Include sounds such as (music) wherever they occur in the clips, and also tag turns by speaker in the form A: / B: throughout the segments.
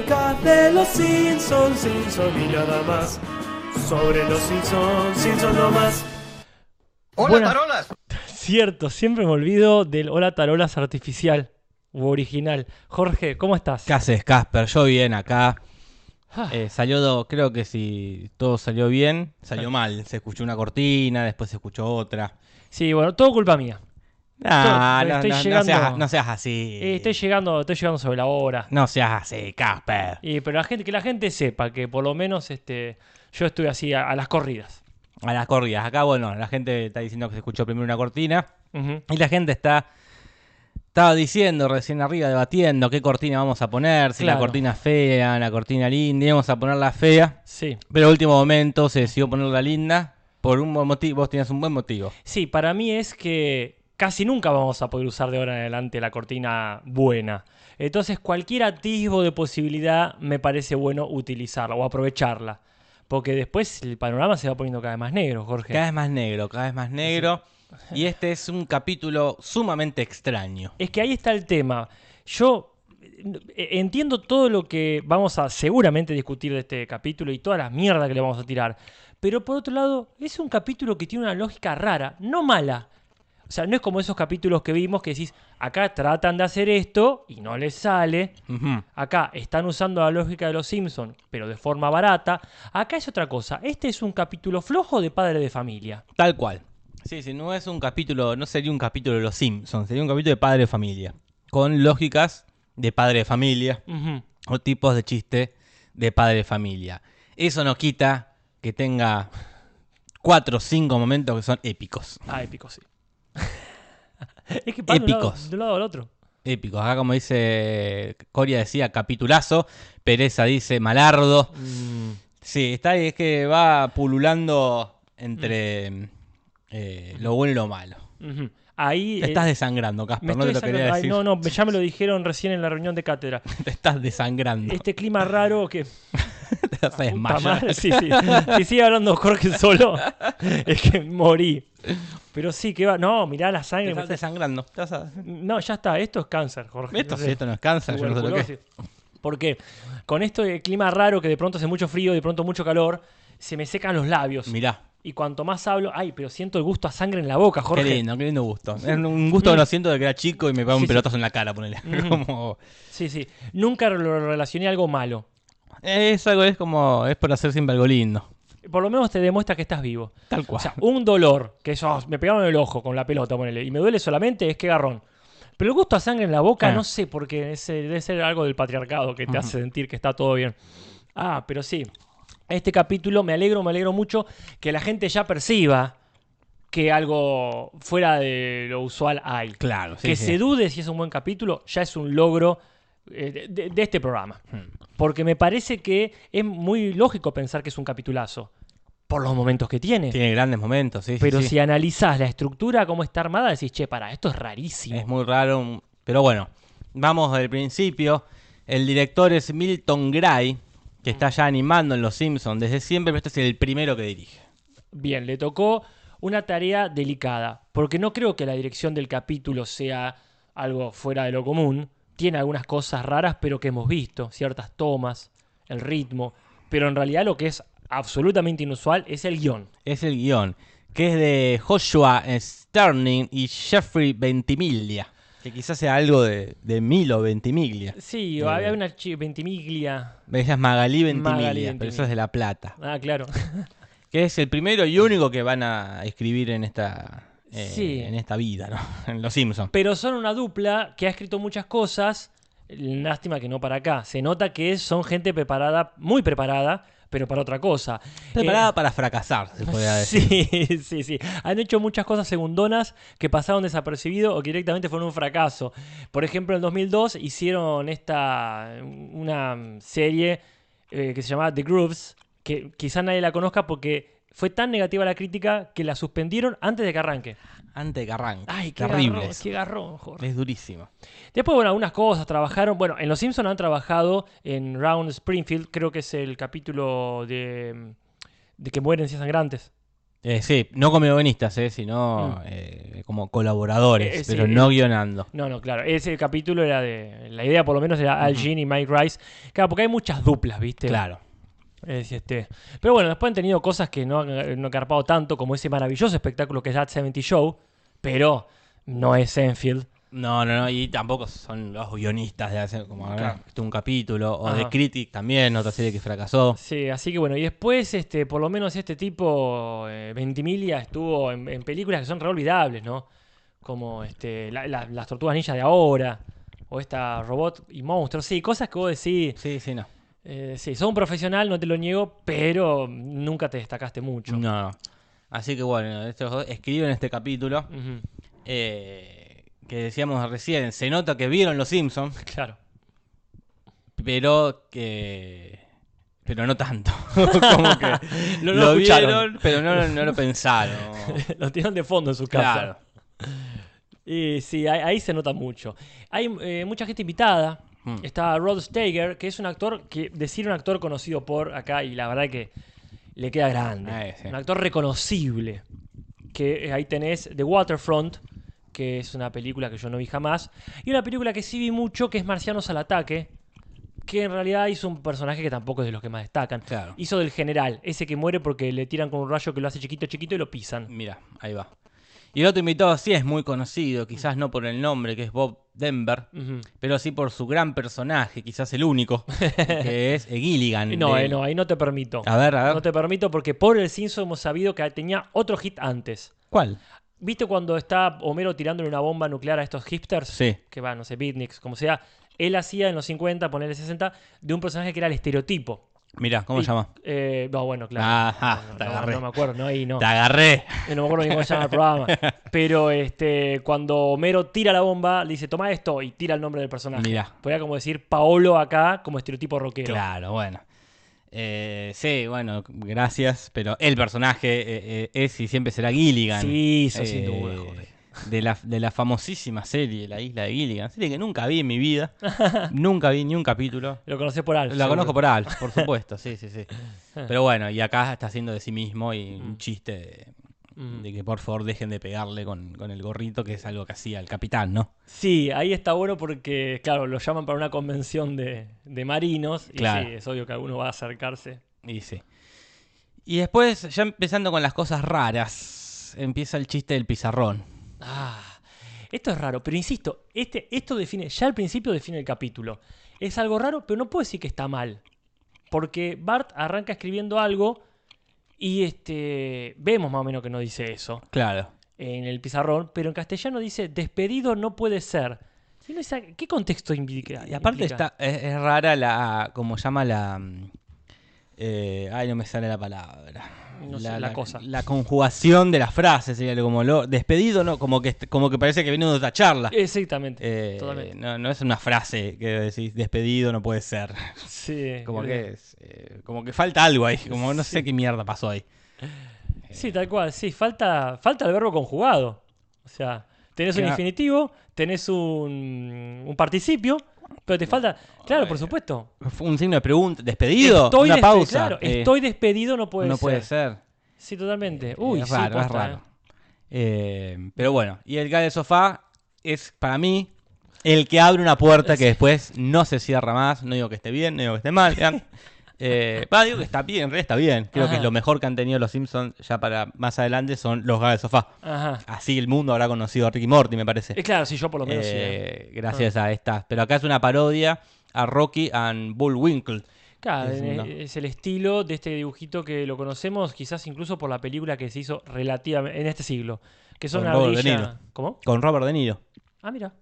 A: sobre los Simpsons, Simpsons y nada más. Sobre los Simpsons, Simpsons no más.
B: ¡Hola,
C: Buenas-
B: tarolas!
C: Cierto, siempre me olvido del Hola Tarolas artificial u original. Jorge, ¿cómo estás?
D: ¿Qué haces, Casper? Yo bien acá.
C: Ah.
D: Eh, salió, do- creo que si todo salió bien, salió mal. Se escuchó una cortina, después se escuchó otra.
C: Sí, bueno, todo culpa mía.
D: Ah,
C: Yo
D: no,
C: estoy
D: no- no
C: llegando-
D: seas, no seas así.
C: Eh, estoy llegando, estoy llegando sobre la hora.
D: No seas así, Casper.
C: Y, pero la gente, que la gente sepa que por lo menos este, yo estuve así a, a las corridas.
D: A las corridas. Acá, bueno, la gente está diciendo que se escuchó primero una cortina.
C: Ujú.
D: Y la gente está. Estaba diciendo recién arriba, debatiendo qué cortina vamos a poner, si
C: Claro.
D: la cortina fea, la cortina linda, íbamos a poner la fea,
C: Sí.
D: pero al último momento se decidió poner la linda por un buen motivo, vos tenías un buen motivo.
C: Sí, para mí es que casi nunca vamos a poder usar de ahora en adelante la cortina buena. Entonces, cualquier atisbo de posibilidad me parece bueno utilizarla o aprovecharla. Porque después el panorama se va poniendo cada vez más negro, Jorge.
D: Cada vez más negro, cada vez más negro. Y este es un capítulo sumamente extraño.
C: Es que ahí está el tema. Yo eh, entiendo todo lo que vamos a seguramente discutir de este capítulo y todas las mierdas que le vamos a tirar. Pero por otro lado, es un capítulo que tiene una lógica rara, no mala. O sea, no es como esos capítulos que vimos que decís, acá tratan de hacer esto y no les sale.
D: Ujú.
C: Acá están usando la lógica de los Simpson, pero de forma barata. Acá es otra cosa. Este es un capítulo flojo de padre de familia.
D: Tal cual. Sí, sí, no es un capítulo, no sería un capítulo de los Simpsons, sería un capítulo de padre de familia. Con lógicas de padre de familia
C: Ujú.
D: o tipos de chiste de padre de familia. Eso no quita que tenga cuatro o cinco momentos que son épicos.
C: Ah, épicos, sí. (laughs) es que para de un lado-
D: Épicos.
C: de un lado al otro.
D: Épicos. Acá como dice Coria decía, capitulazo. Pereza dice, malardo.
C: Mm.
D: Sí, está ahí, es que va pululando entre
C: Mm.
D: eh, lo bueno y lo malo.
C: Ujú. Ahí.
D: Te
C: eh,
D: estás desangrando,
C: me
D: Casper, no te lo
C: estoy
D: quería
C: sacando-
D: decir.
C: Ay, no, no, me- ya me lo dijeron recién en la reunión de
D: (laughs)
C: cátedra.
D: Te estás desangrando.
C: Este clima raro que.
D: (laughs) te vas a
C: puta
D: desmayar.
C: madre, sí, sí. Si sigue hablando
D: (laughs)
C: Jorge solo, es que morí. Pero sí, que va. No, mirá la
D: Te
C: sangre.
D: estás desangrando. Te vas a-
C: No, ya está. Esto es cáncer, Jorge.
D: Esto,
C: No sé.
D: si esto no es cáncer, yo no sé lo que es.
C: Tuberculosis. Porque con esto de clima raro que de pronto hace mucho frío, de pronto mucho calor, se me secan los labios.
D: Mirá,
C: Y cuanto más hablo, ay, pero siento el gusto a sangre en la boca, Jorge. Mm.
D: qué lindo, qué lindo gusto. Es un gusto que lo siento de que era chico y me pegaba
C: Sí, Mm.
D: un
C: sí.
D: pelotazo en la cara, ponele. (laughs) Como-
C: Sí, sí. Nunca lo relacioné a algo malo.
D: Es algo, es como, es por hacer siempre algo lindo.
C: Por lo menos te demuestra que estás vivo.
D: Tal cual.
C: O sea, un dolor, que eso, ah, me pegaron en el ojo con la pelota, ponele, y me duele solamente, es que garrón. Pero el gusto a sangre en la boca,
D: Ah.
C: no sé, porque es, eh, debe ser algo del patriarcado que te hace sentir que está todo bien. Ah, pero sí, este capítulo me alegro, me alegro mucho que la gente ya perciba que algo fuera de lo usual hay.
D: claro, sí,
C: que
D: sí.
C: se dude si es un buen capítulo ya es un logro eh, de, de este programa.
D: Hmm.
C: Porque me parece que es muy lógico pensar que es un capitulazo. Por los momentos que tiene.
D: Tiene grandes momentos, sí. sí,
C: Pero
D: sí.
C: si analizás la estructura, cómo está armada, decís, che, para, esto es rarísimo.
D: Es muy raro, un- pero bueno, vamos del principio. El director es Milton Gray, que está ya animando en Los Simpsons desde siempre, pero este es el primero que dirige.
C: Bien, le tocó una tarea delicada, porque no creo que la dirección del capítulo sea algo fuera de lo común. Tiene algunas cosas raras, pero que hemos visto, ciertas tomas, el ritmo, pero en realidad lo que es absolutamente inusual es el guión.
D: Es el guión, que es de Joshua Sterling y Jeffrey Ventimiglia, que quizás sea algo de, de Milo Ventimiglia.
C: Sí,
D: Eh,
C: había una chica, Ventimiglia.
D: Ella es Magalí Ventimiglia,
C: Magalí
D: pero
C: Ventimiglia.
D: eso es de La Plata.
C: Ah, claro. (laughs)
D: Que es el primero y único que van a escribir en esta, eh,
C: Sí.
D: en esta vida, ¿no? (laughs) En Los Simpsons.
C: Pero son una dupla que ha escrito muchas cosas. Lástima que no para acá. Se nota que son gente preparada, muy preparada, pero para otra cosa.
D: Preparada
C: Eh,
D: para fracasar, se podría decir.
C: (laughs) Sí, sí, sí. Han hecho muchas cosas segundonas que pasaron desapercibido o que directamente fueron un fracaso. Por ejemplo, en el 2002 hicieron esta una serie eh, que se llamaba The Grooves, que quizá nadie la conozca porque fue tan negativa la crítica que la suspendieron antes de que arranque.
D: Antes de que arranque.
C: Ay, qué
D: Terrible.
C: garrón,
D: eso.
C: qué garrón, Jorge.
D: Es durísimo.
C: Después, bueno, algunas cosas trabajaron. Bueno, en Los Simpsons han trabajado en Round Springfield, creo que es el capítulo de, de que mueren si sangrantes.
D: Eh, sí, no como guionistas, eh, sino eh, como colaboradores,
C: Eh, sí,
D: pero
C: eh.
D: no guionando.
C: No, no, claro. Ese capítulo era de. La idea, por lo menos, era Al Jean y Mike Rice. Claro, porque hay muchas duplas, ¿viste?
D: Claro.
C: Es, este. Pero bueno, después han tenido cosas que no han, no han carpado tanto, como ese maravilloso espectáculo que es That 70 Show, pero no es Enfield.
D: No, no, no, y tampoco son los guionistas de hace como
C: Claro.
D: ¿verdad? un capítulo, o de
C: Ajá.
D: Critic también, otra serie que fracasó.
C: Sí, así que bueno, y después, este, por lo menos este tipo, eh, Ventimiglia, estuvo en, en películas que son reolvidables, ¿no? Como este, la- la- las tortugas ninjas de ahora, o esta robot y monstruos, sí, cosas que vos decís,
D: Sí, sí, no.
C: eh, sí, sos un profesional, no te lo niego, pero nunca te destacaste mucho.
D: No, no. Así que bueno, estos dos escriben este capítulo
C: Ujú,
D: eh, que decíamos recién. Se nota que vieron Los Simpsons,
C: claro.
D: pero que. Pero
C: (laughs)
D: no tanto. (laughs) Como que
C: No
D: lo,
C: lo escucharon.
D: vieron, pero no, no lo pensaron.
C: (laughs) lo tiran de fondo en su casa.
D: claro.
C: Y sí, ahí, ahí se nota mucho. Hay eh, mucha gente invitada.
D: Mm.
C: Está Rod Steiger, que es un actor que decir un actor conocido por acá y la verdad que le queda grande.
D: Eh, sí.
C: Un actor reconocible. Que eh, ahí tenés The Waterfront, que es una película que yo no vi jamás. Y una película que sí vi mucho, que es Marcianos al Ataque, que en realidad hizo un personaje que tampoco es de los que más destacan.
D: Claro.
C: Hizo del general, ese que muere porque le tiran con un rayo que lo hace chiquito, chiquito y lo pisan.
D: Mira, ahí va. Y el otro invitado sí es muy conocido, quizás no por el nombre, que es Bob Denver,
C: Ujú.
D: pero sí por su gran personaje, quizás el único,
C: (laughs)
D: que es Gilligan.
C: No,
D: Mm, de-
C: eh, no, ahí no te permito.
D: A ver, a ver.
C: No te permito porque por el Simpson hemos sabido que tenía otro hit antes.
D: ¿Cuál?
C: ¿Viste cuando está Homero tirándole una bomba nuclear a estos hipsters?
D: Sí.
C: Que va, no sé, beatniks, como sea. Él hacía en los 50, ponerle 60, de un personaje que era el estereotipo.
D: Mira, ¿cómo
C: Y-
D: se llama?
C: Eh, no, bueno, claro.
D: Ajá,
C: No, no,
D: te
C: no,
D: agarré.
C: no me acuerdo, no, ahí no.
D: Te agarré.
C: Eh, No me acuerdo ni cómo se llama el
D: (laughs)
C: programa. Pero este, cuando Homero tira la bomba, le dice, toma esto y tira el nombre del personaje.
D: Mirá.
C: Podría como decir Paolo acá como estereotipo rockero.
D: Claro, bueno. Eh, sí, bueno, gracias, pero el personaje eh, eh, es y siempre será Gilligan.
C: Sí, eso sin
D: Eh,
C: duda, Jorge.
D: De la, de la famosísima serie La Isla de Gilligan, serie que nunca vi en
C: (laughs)
D: mi vida, nunca vi ni un capítulo.
C: Lo conocés por algo.
D: La conozco por Alf, por supuesto, sí,
C: (laughs)
D: sí, sí. Pero bueno, y acá está haciendo de sí mismo y
C: Mm.
D: un chiste de- de, que por favor dejen de pegarle con, con el gorrito, que es algo que hacía el capitán, ¿no?
C: Sí, ahí está bueno porque, claro, lo llaman para una convención de, de marinos. Y
D: Claro.
C: sí, es obvio que alguno va a acercarse.
D: Y sí. Y después, ya empezando con las cosas raras, empieza el chiste del pizarrón.
C: Ah, esto es raro, pero insisto, este, esto define, ya al principio define el capítulo. Es algo raro, pero no puedo decir que está mal. Porque Bart arranca escribiendo algo y este, vemos más o menos que no dice eso
D: Claro.
C: en el pizarrón, pero en castellano dice despedido no puede ser. Y uno dice, ¿Qué contexto implica?
D: Y aparte
C: implica?
D: está, es, es rara la, como llama la... mm, eh, ay, no me sale la palabra.
C: No sé, la cosa.
D: La conjugación de las frases, sería algo como lo despedido, ¿no? Como que, como que parece que viene de otra charla.
C: Exactamente.
D: Eh,
C: totalmente.
D: no, no es una frase que decís despedido no puede ser.
C: Sí,
D: Como
C: es
D: que es, eh, como que falta algo ahí, como no sé qué mierda pasó ahí.
C: Sí, tal cual, sí, falta, falta el verbo conjugado. O sea, tenés un
D: Claro.
C: infinitivo, tenés un, un participio, pero te falta. Claro, por supuesto.
D: Fue un signo de pregunta, despedido, una
C: despe-
D: pausa.
C: claro,
D: eh,
C: estoy despedido, no puede
D: no
C: ser.
D: puede ser.
C: Sí, totalmente.
D: Eh,
C: Uy,
D: es
C: sí,
D: raro, es
C: posta,
D: raro.
C: eh.
D: Eh, pero bueno, y el guy del sofá es para mí el que abre una puerta que después no se cierra más. No digo que esté bien, no digo que
C: (laughs)
D: esté mal. vean. Eh, va, digo que está bien, en realidad está bien. Creo que
C: Ajá.
D: es lo mejor que han tenido los Simpsons ya para más adelante son los guys del sofá.
C: Ajá.
D: Así el mundo habrá conocido a Ricky Morty, me parece.
C: Eh, claro, sí, yo por lo menos sí, eh.
D: Eh, gracias a estas. Pero acá es una parodia a Rocky and Bullwinkle.
C: Claro,
D: es
C: eh, es,
D: una-
C: el estilo de este dibujito que lo conocemos, quizás incluso por la película que se hizo relativamente en este siglo. Que son
D: Con
C: una
D: Robert De
C: ardilla-
D: Niro.
C: ¿Cómo?
D: Con Robert De Niro.
C: Ah, mira.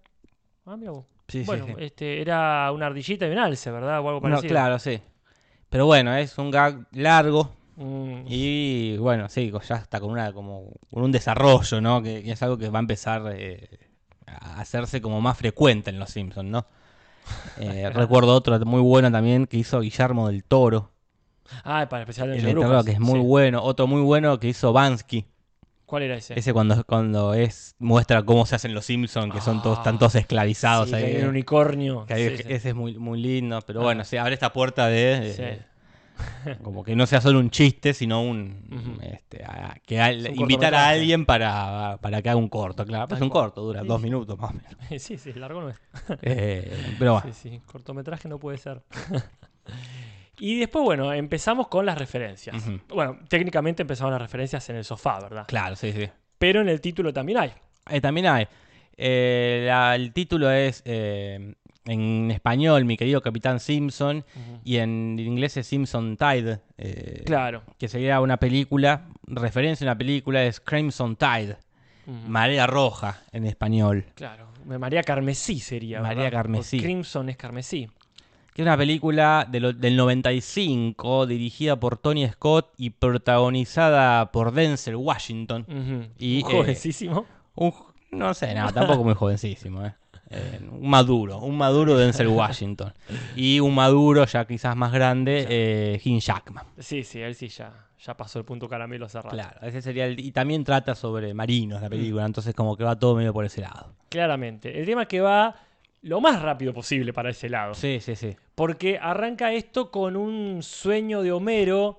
C: Ah, mira vos.
D: Sí, sí,
C: bueno,
D: sí.
C: este era una ardillita y un alce, ¿verdad? O algo
D: No,
C: parecido.
D: claro, sí. Pero bueno, es un gag largo.
C: Mm,
D: Y bueno, sí, ya está con una como con un desarrollo, ¿no? Que, que es algo que va a empezar eh, a hacerse como más frecuente en Los
C: (laughs)
D: Simpsons, ¿no? Eh, recuerdo otro muy bueno también que hizo Guillermo del Toro,
C: Ah, para el especial de
D: el
C: Noche
D: de
C: de
D: terror,
C: Brujas,
D: que es muy
C: sí.
D: bueno. Otro muy bueno que hizo Bansky.
C: ¿Cuál era ese?
D: Ese cuando, cuando es muestra cómo se hacen los Simpsons, que son todos,
C: Ah,
D: están todos
C: Sí,
D: esclavizados
C: que
D: ahí.
C: hay un unicornio.
D: Que ahí-
C: Sí, sí.
D: Ese es muy, muy lindo, pero
C: Ah.
D: bueno, se abre esta puerta de... eh,
C: Sí.
D: Como que no sea solo un chiste, sino un.
C: Ujú.
D: este, a- que al-
C: un
D: invitar a
C: cortometraje.
D: alguien para, para que haga un corto, claro. Pues
C: Tal
D: un
C: cual.
D: corto, dura
C: Sí,
D: dos
C: sí.
D: minutos más o
C: (laughs)
D: menos.
C: sí, sí, largo no es.
D: Eh, pero bueno,
C: Sí, sí, cortometraje no puede ser. (laughs) y después, bueno, empezamos con las referencias.
D: Ujú.
C: Bueno, técnicamente empezaron las referencias en el sofá, ¿verdad?
D: claro, sí, sí.
C: Pero en el título también hay.
D: Eh, también hay. eh, la- el título es eh, en español, mi querido Capitán Simpson, y en inglés es Simpson Tide. eh,
C: Claro.
D: Que sería una película, referencia a una película, es Crimson Tide,
C: Ujú.
D: Marea Roja en español.
C: Mm. Claro. María Carmesí sería.
D: María
C: ¿verdad?
D: Carmesí.
C: O Crimson es Carmesí.
D: Que es una película de lo- del 95 dirigida por Tony Scott y protagonizada por Denzel Washington.
C: Ujú.
D: Y,
C: Un
D: eh,
C: jovencísimo.
D: Un jo- no sé, no, tampoco muy jovencísimo. eh. Eh, un maduro, un maduro Denzel Washington. Y un maduro ya quizás más grande, eh, Hugh Jackman.
C: Sí, sí, él sí ya, ya pasó el punto caramelo hace rato.
D: Claro, ese sería el- Y también trata sobre marinos la película, entonces como que va todo medio por ese lado.
C: Claramente. El tema es que va lo más rápido posible para ese lado.
D: Sí, sí, sí.
C: Porque arranca esto con un sueño de Homero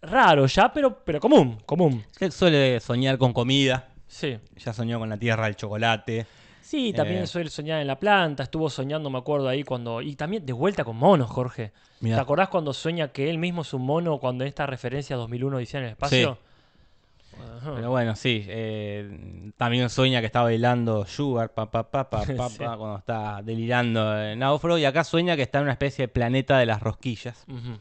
C: raro ya, pero, pero común, común.
D: Él suele soñar con comida,
C: Sí.
D: ya soñó con la tierra, el chocolate.
C: Sí, también
D: Eh.
C: suele soñar en la planta, estuvo soñando, me acuerdo ahí cuando... Y también de vuelta con monos, Jorge.
D: Mirá.
C: ¿Te acordás cuando sueña que él mismo es un mono cuando en esta referencia a 2001 dice en el espacio? Ajá.
D: Pero bueno, sí. eh, también sueña que está bailando Sugar, pa, pa, pa,
C: (laughs)
D: pa, pa,
C: Sí.
D: pa, cuando está delirando en náufrago. Y acá sueña que está en una especie de planeta de las rosquillas,
C: Ujú.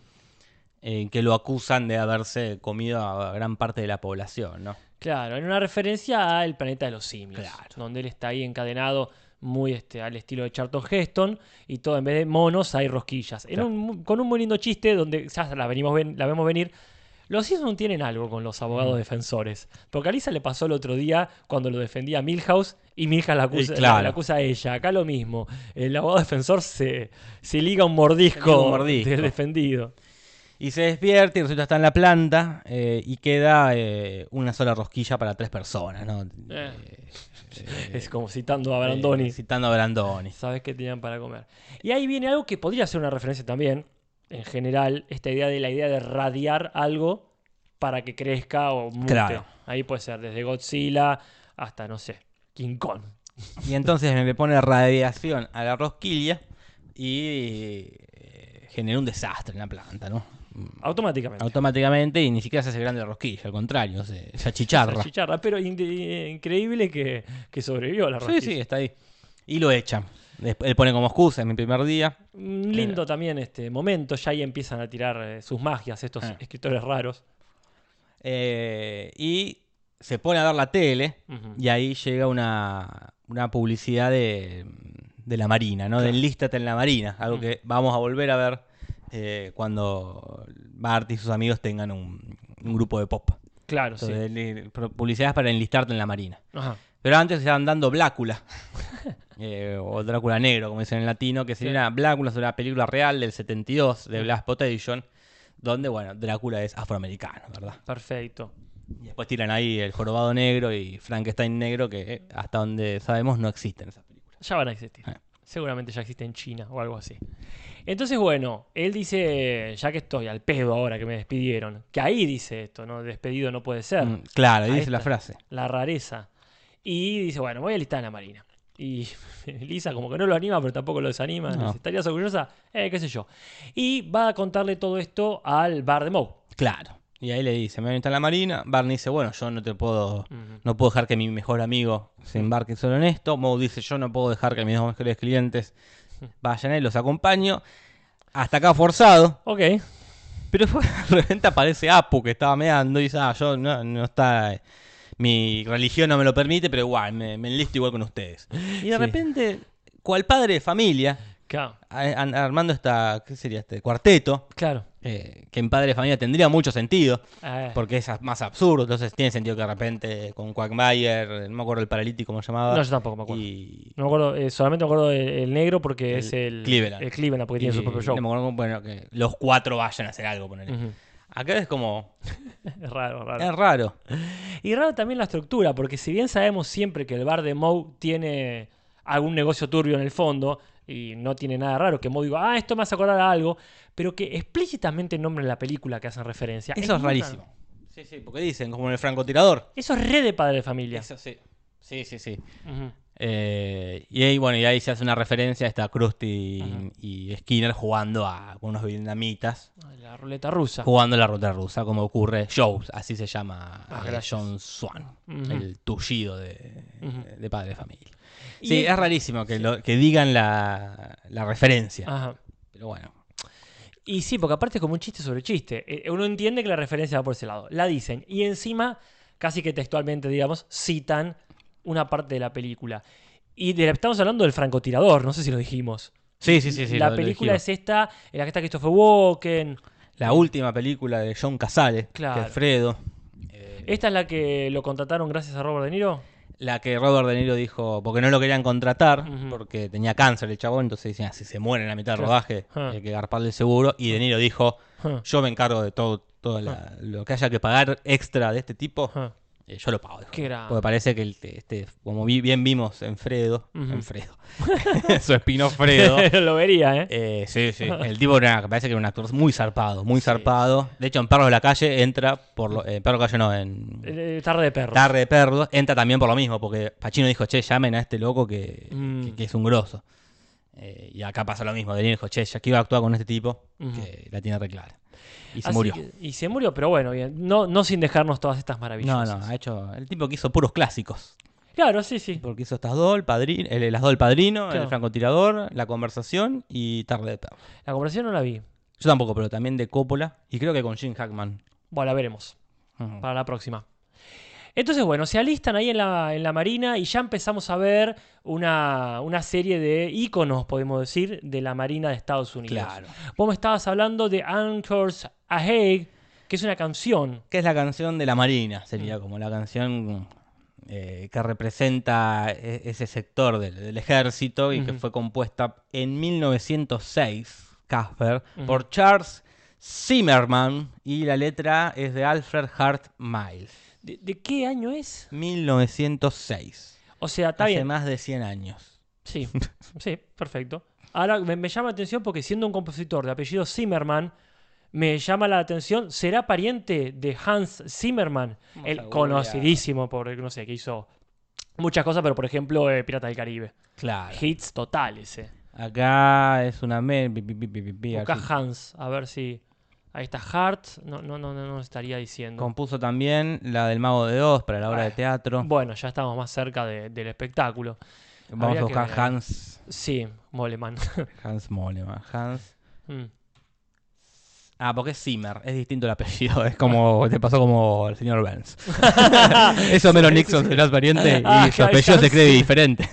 D: eh, que lo acusan de haberse comido a gran parte de la población, ¿no?
C: Claro, en una referencia al planeta de los simios,
D: Claro.
C: donde él está ahí encadenado muy este, al estilo de Charlton Heston y todo en vez de monos hay rosquillas. En
D: Claro.
C: un mu- con un muy lindo chiste donde ya la, venimos ven- la vemos venir. Los Simpson tienen algo con los abogados
D: Mm.
C: defensores. Porque a Lisa le pasó el otro día cuando lo defendía Milhouse y Milhouse la acusa,
D: Y claro.
C: la- la acusa a ella. Acá lo mismo. El abogado defensor se, se liga un mordisco,
D: un mordisco.
C: del defendido.
D: Y se despierta y resulta que está en la planta eh, y queda eh, una sola rosquilla para tres personas, ¿no?
C: Eh.
D: Eh,
C: (laughs) Es como citando a
D: eh,
C: Brandoni.
D: citando a Brandoni.
C: Sabes qué tenían para comer. Y ahí viene algo que podría ser una referencia también, en general, esta idea de la idea de radiar algo para que crezca o mute.
D: Claro.
C: Ahí puede ser desde Godzilla hasta, no sé, King Kong.
D: Y entonces le pone radiación a la rosquilla y eh, genera un desastre en la planta, ¿no?
C: Automáticamente.
D: Automáticamente y ni siquiera se hace grande la rosquilla, al contrario, se, se achicharra.
C: Esa chicharra, pero inde- increíble que, que sobrevivió a la
D: Sí,
C: rosquilla.
D: sí, está ahí. Y lo echan. Desp- Él pone como excusa en mi primer día.
C: Un Lindo también este momento, ya ahí empiezan a tirar eh, sus magias estos
D: Ah.
C: escritores raros.
D: eh, y se pone a ver la tele
C: Ujú.
D: y ahí llega una, una publicidad de, de la Marina, ¿no? De Enlístate en la Marina,
C: Mm.
D: algo que vamos a volver a ver eh, cuando Bart y sus amigos tengan un, un grupo de pop.
C: Claro, sí.
D: Entonces, le- pro- publicidades para enlistarte en la Marina.
C: Ajá.
D: Pero antes estaban
C: (laughs)
D: dando Blácula. eh, o Drácula Negro, como dicen en latino, que sería
C: Sí. Mm.
D: una Blácula, es una película real del 72 de Blas Potation, donde, bueno, Drácula es afroamericano, ¿verdad?
C: Perfecto.
D: Y después tiran ahí el jorobado negro y Frankenstein negro, que eh, hasta donde sabemos no existen esas películas.
C: Ya van a existir.
D: Ah.
C: Seguramente ya existe en China o algo así. Entonces, bueno, él dice, ya que estoy al pedo ahora que me despidieron, que ahí dice esto, ¿no? Despedido no puede ser,
D: Mm, claro,
C: Ahí
D: dice
C: está.
D: la frase.
C: la rareza. Y dice, bueno, voy a listar en la Marina. Y (laughs) Lisa como que no lo anima, pero tampoco lo desanima.
D: No.
C: Dice, ¿Estarías orgullosa? Eh, qué sé yo. Y va a contarle todo esto al bar de Moe.
D: Claro. Y ahí le dice, me voy a meter en la marina. Barney dice, bueno, yo no te puedo,
C: Ujú.
D: no puedo dejar que mi mejor amigo se embarque solo en esto. Moe dice, yo no puedo dejar que mis dos mejores clientes vayan ahí, los acompaño. Hasta acá forzado.
C: Ok,
D: Pero después (laughs) de repente aparece Apu que estaba meando y dice, ah, yo no, no está, mi religión no me lo permite, pero igual, me, me enlisto igual con ustedes. Y de
C: Sí.
D: repente, cual padre de familia,
C: claro.
D: a- a- armando esta, ¿qué sería este? Cuarteto,
C: claro.
D: eh, que en padre de familia tendría mucho sentido.
C: Eh,
D: Porque es a- más absurdo, entonces tiene sentido que de repente con Quackmayer, no me acuerdo el paralítico como se llamaba.
C: No, yo tampoco me acuerdo.
D: Y,
C: No me acuerdo, eh, solamente me acuerdo del el negro porque
D: El
C: es el
D: Cleveland.
C: el Cleveland, porque
D: y-
C: tiene su propio show.
D: no me acuerdo, bueno, que los cuatro vayan a hacer algo, ponele.
C: Ujú.
D: Acá es como,
C: Es raro, raro.
D: es raro.
C: Y raro también la estructura, porque si bien sabemos siempre que el bar de Moe tiene algún negocio turbio en el fondo, y no tiene nada raro que Moe diga, ah, esto me hace acordar a algo, pero que explícitamente nombren la película que hacen referencia.
D: Eso es
C: muy raro.
D: rarísimo. Sí, sí, porque dicen, como en el francotirador.
C: Eso es re de padre de familia.
D: Eso sí. Sí, sí, sí.
C: Ujú.
D: Eh, y ahí, bueno, y ahí se hace una referencia a esta Krusty y-
C: Ajá.
D: y, Skinner jugando a unos vietnamitas,
C: Ay, La ruleta rusa.
D: jugando la ruta rusa, como ocurre Joe, así se llama
C: Ah,
D: eh,
C: gracias.
D: John Swan,
C: Ujú.
D: el tullido de,
C: Ujú.
D: de padre de familia.
C: Y-
D: Sí, es rarísimo que, lo- que digan la, la referencia,
C: Ajá.
D: pero bueno.
C: Y sí, porque aparte es como un chiste sobre chiste. Eh, Uno entiende que la referencia va por ese lado. La dicen. Y encima, casi que textualmente, digamos, citan una parte de la película. Y de la- estamos hablando del francotirador, no sé si lo dijimos.
D: Sí, sí, sí, sí.
C: la
D: lo- lo
C: película
D: dijimos.
C: es esta, en la que está Christopher Walken.
D: La última película de John Casale,
C: Claro.
D: que Alfredo. eh,
C: ¿Esta es la que lo contrataron gracias a Robert De Niro?
D: La que Robert De Niro dijo, porque no lo querían contratar,
C: Ujú.
D: porque tenía cáncer el chabón, entonces decían, "Ah, si se muere en la mitad del
C: Claro.
D: rodaje,
C: Ah.
D: hay que garparle el seguro. Y De Niro dijo,
C: Huh,
D: yo me encargo de todo, todo
C: Ah.
D: la- lo que haya que pagar extra de este tipo,
C: huh.
D: eh, yo lo pago. dijo.
C: Ah. Qué grande.
D: Porque parece que, el- este, como vi- bien vimos en Fredo,
C: Ujú.
D: en
C: (laughs)
D: Fredo, (laughs) su espino Fredo,
C: (laughs) lo vería, ¿eh?
D: eh, sí, sí. El tipo era, parece que era un actor muy zarpado, muy
C: Sí.
D: zarpado. De hecho, en Perros de la Calle entra por lo, eh, Perros de la Calle no, en
C: Eh, tarde de perro.
D: Tarde de Perros entra también por lo mismo, porque Pachino dijo, che, llamen a este loco que,
C: Mm.
D: que- que es un grosso. Eh, y acá pasa lo mismo. Daniel dijo, che, ya que iba a actuar con este tipo,
C: Ujú.
D: que la tiene re clara. Y se
C: Así
D: murió.
C: que- y se murió, pero bueno, bien. No, no sin dejarnos todas estas
D: No,
C: maravillas.
D: no, ha hecho. El tipo que hizo puros clásicos.
C: Claro, sí, sí.
D: Porque hizo estas dos, el padrino, el- las dos, el padrino,
C: Claro.
D: el francotirador, la conversación y Tarde de Perros
C: La conversación no la vi.
D: Yo tampoco, pero también de Coppola y creo que con Jim Hackman.
C: Bueno, la veremos.
D: Ujú.
C: para la próxima. Entonces, bueno, se alistan ahí en la, en la marina y ya empezamos a ver una, una serie de íconos, podemos decir, de la marina de Estados Unidos.
D: Claro.
C: Vos me estabas hablando de Anchors Ahead, que es una canción.
D: Que es la canción de la Marina,
C: Mm.
D: sería como la canción eh, que representa e- ese sector del, del ejército y que
C: Ujú.
D: fue compuesta en 1906, Casper,
C: Ujú.
D: por Charles Zimmerman y la letra es de Alfred Hart Miles,
C: ¿De, de qué año es?
D: 1906.
C: O sea, está
D: hace
C: bien.
D: más de 100 años.
C: Sí, sí, perfecto. Ahora me, me llama la atención porque siendo un compositor de apellido Zimmerman, me llama la atención, ¿será pariente de Hans Zimmerman?
D: Vamos a
C: El
D: googlear.
C: conocidísimo por, no sé, que hizo muchas cosas, pero por ejemplo, eh, Pirata del Caribe.
D: Claro.
C: Hits totales, eh.
D: Acá es una... me- pi, pi, pi, pi, pi, pi,
C: Busca
D: así.
C: Hans, a ver si... Ahí está Hart, no, no, no, no, no estaría diciendo.
D: Compuso también la del Mago de Oz para la obra
C: Ay.
D: de teatro.
C: Bueno, ya estamos más cerca de- del espectáculo.
D: Vamos
C: Habría
D: a
C: que
D: buscar
C: ver.
D: Hans.
C: Sí, Moleman. (laughs)
D: Hans Moleman. Hans.
C: Mm. (laughs)
D: Ah, porque es Zimmer, es distinto el apellido, es
C: (laughs)
D: como, te pasó como el señor Burns. Eso menos Nixon serás pariente y
C: Ah,
D: su apellido
C: Hans.
D: se cree diferente.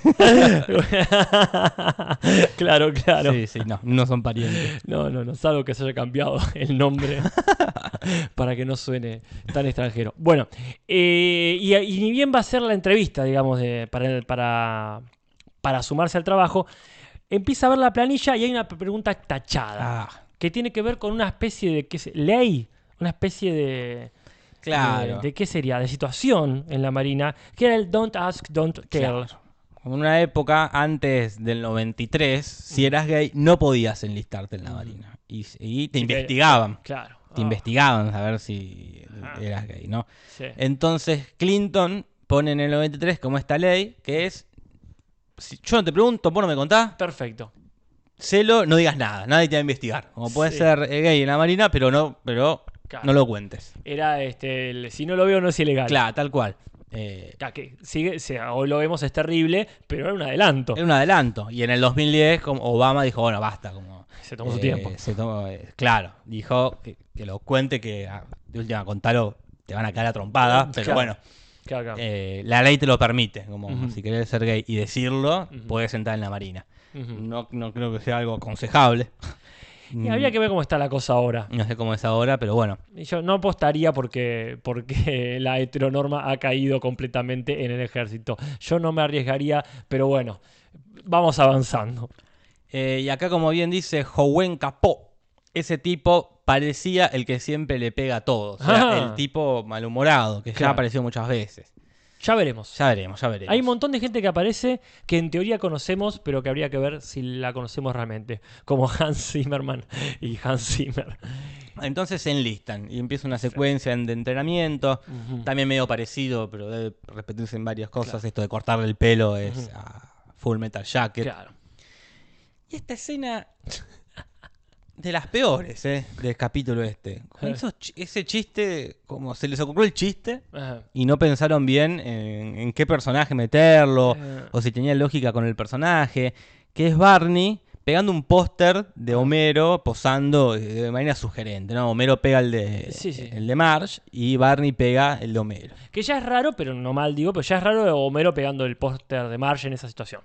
C: claro, claro.
D: Sí, sí, no, no son parientes.
C: No, no, no, salvo que se haya cambiado (laughs) el nombre para que no suene tan extranjero. Bueno, eh, y, y ni bien va a ser la entrevista, digamos, de- para, el- para, para sumarse al trabajo, empieza a ver la planilla y hay una pregunta tachada
D: Ah,
C: que tiene que ver con una especie de ¿qué es? ley, una especie de,
D: claro.
C: de, de qué sería, de situación en la Marina, que era el don't ask, don't tell.
D: Claro. En una época antes del 93, si eras gay no podías enlistarte en la marina. Y, y te
C: Sí, que-
D: investigaban,
C: Claro. Ah,
D: te investigaban a ver si
C: Ah.
D: eras gay, ¿no?
C: sí.
D: Entonces Clinton pone en el 93 como esta ley que es, si yo no te pregunto, vos no me contás,
C: Perfecto.
D: celo, no digas nada, nadie te va a investigar. Como puede
C: Sí.
D: ser eh, gay en la marina, pero no, pero
C: Claro.
D: no lo cuentes.
C: Era este, el, si no lo veo no es ilegal.
D: Claro, tal cual. Eh,
C: Ya que sigue, se- hoy lo vemos, es terrible, pero era un adelanto.
D: era un adelanto. Y en el 2010 como Obama dijo, bueno, basta. Como,
C: Se tomó su
D: eh,
C: tiempo.
D: se tomó, eh, claro, dijo que, que lo cuente, que ah, de última contalo, te van a caer a trompada, pero
C: Claro.
D: bueno,
C: Claro, claro.
D: eh, la ley te lo permite. Como
C: Ujú.
D: si querés ser gay y decirlo,
C: Ujú.
D: podés entrar en la marina.
C: Ujú.
D: No, no creo que sea algo aconsejable. mm,
C: Y habría que ver cómo está la cosa ahora.
D: No sé cómo es ahora, pero bueno.
C: Y Yo no apostaría porque, porque (laughs) la heteronorma ha caído completamente en el ejército. Yo no me arriesgaría, pero bueno, vamos avanzando.
D: Eh, y acá, como bien dice Jowen Capó, ese tipo parecía el que siempre le pega a todos. O sea,
C: Ah.
D: el tipo malhumorado, que ya
C: Claro.
D: ha aparecido muchas veces.
C: Ya veremos.
D: Ya veremos, ya veremos.
C: Hay un montón de gente que aparece que en teoría conocemos, pero que habría que ver si la conocemos realmente. Como (laughs) Hans Zimmerman y Hans Zimmer.
D: Entonces se enlistan y empieza una secuencia de entrenamiento.
C: Ujú.
D: También medio parecido, pero debe repetirse en varias cosas. Esto de cortarle el pelo es a Full Metal Jacket.
C: Claro.
D: Y esta escena de las peores, ¿eh? Del capítulo este.
C: Eh.
D: Con esos chi- ese chiste, como se les ocurrió el chiste
C: Ajá.
D: y no pensaron bien en, en qué personaje meterlo
C: Eh.
D: o si tenía lógica con el personaje, que es Barney pegando un póster
C: Ah.
D: de Homero posando eh, de manera sugerente, ¿no? Homero pega el de,
C: Sí, sí.
D: el de Marge y Barney pega el de Homero.
C: Que ya es raro, pero no mal digo, pero ya es raro Homero pegando el póster de Marge en esa situación.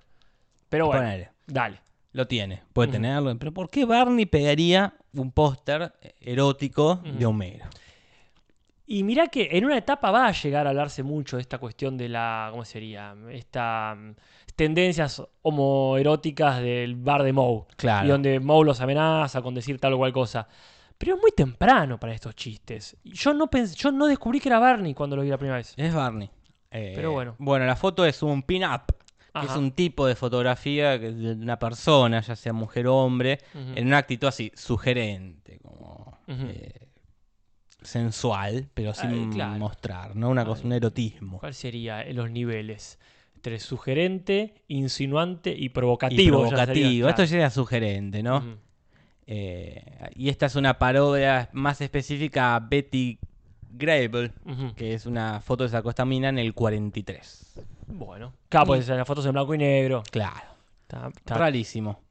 C: Pero bueno,
D: Ponele.
C: dale.
D: Lo tiene, puede
C: Ujú.
D: tenerlo. Pero ¿por qué Barney pegaría un póster erótico de
C: Ujú.
D: Homero?
C: Y mirá que en una etapa va a llegar a hablarse mucho de esta cuestión de la, ¿cómo sería? Estas tendencias homoeróticas del bar de Moe.
D: Claro.
C: Y donde Moe los amenaza con decir tal o cual cosa. Pero es muy temprano para estos chistes. Y Yo no, pens- yo no descubrí que era Barney cuando lo vi la primera vez.
D: Es Barney. Eh,
C: Pero bueno.
D: Bueno, la foto es un pin-up. que Es
C: Ajá.
D: un tipo de fotografía que- de una persona, ya sea mujer o hombre,
C: Ujú.
D: en una actitud así, sugerente, como
C: Ujú.
D: eh, sensual, pero sin
C: Ay, claro.
D: mostrar, ¿no? Una cosa,
C: Ay.
D: un erotismo.
C: ¿Cuál sería en los niveles? Entre sugerente, insinuante y provocativo.
D: Y
C: ya sería,
D: provocativo.
C: claro.
D: Esto ya era sugerente, ¿no?
C: Ujú.
D: Eh, y esta es una parodia más específica a Betty Grable,
C: Ujú.
D: que es una foto que sacó esta mina en el 43.
C: Bueno. Claro, pues las fotos en blanco y negro.
D: Claro.
C: Está- está-
D: Rarísimo.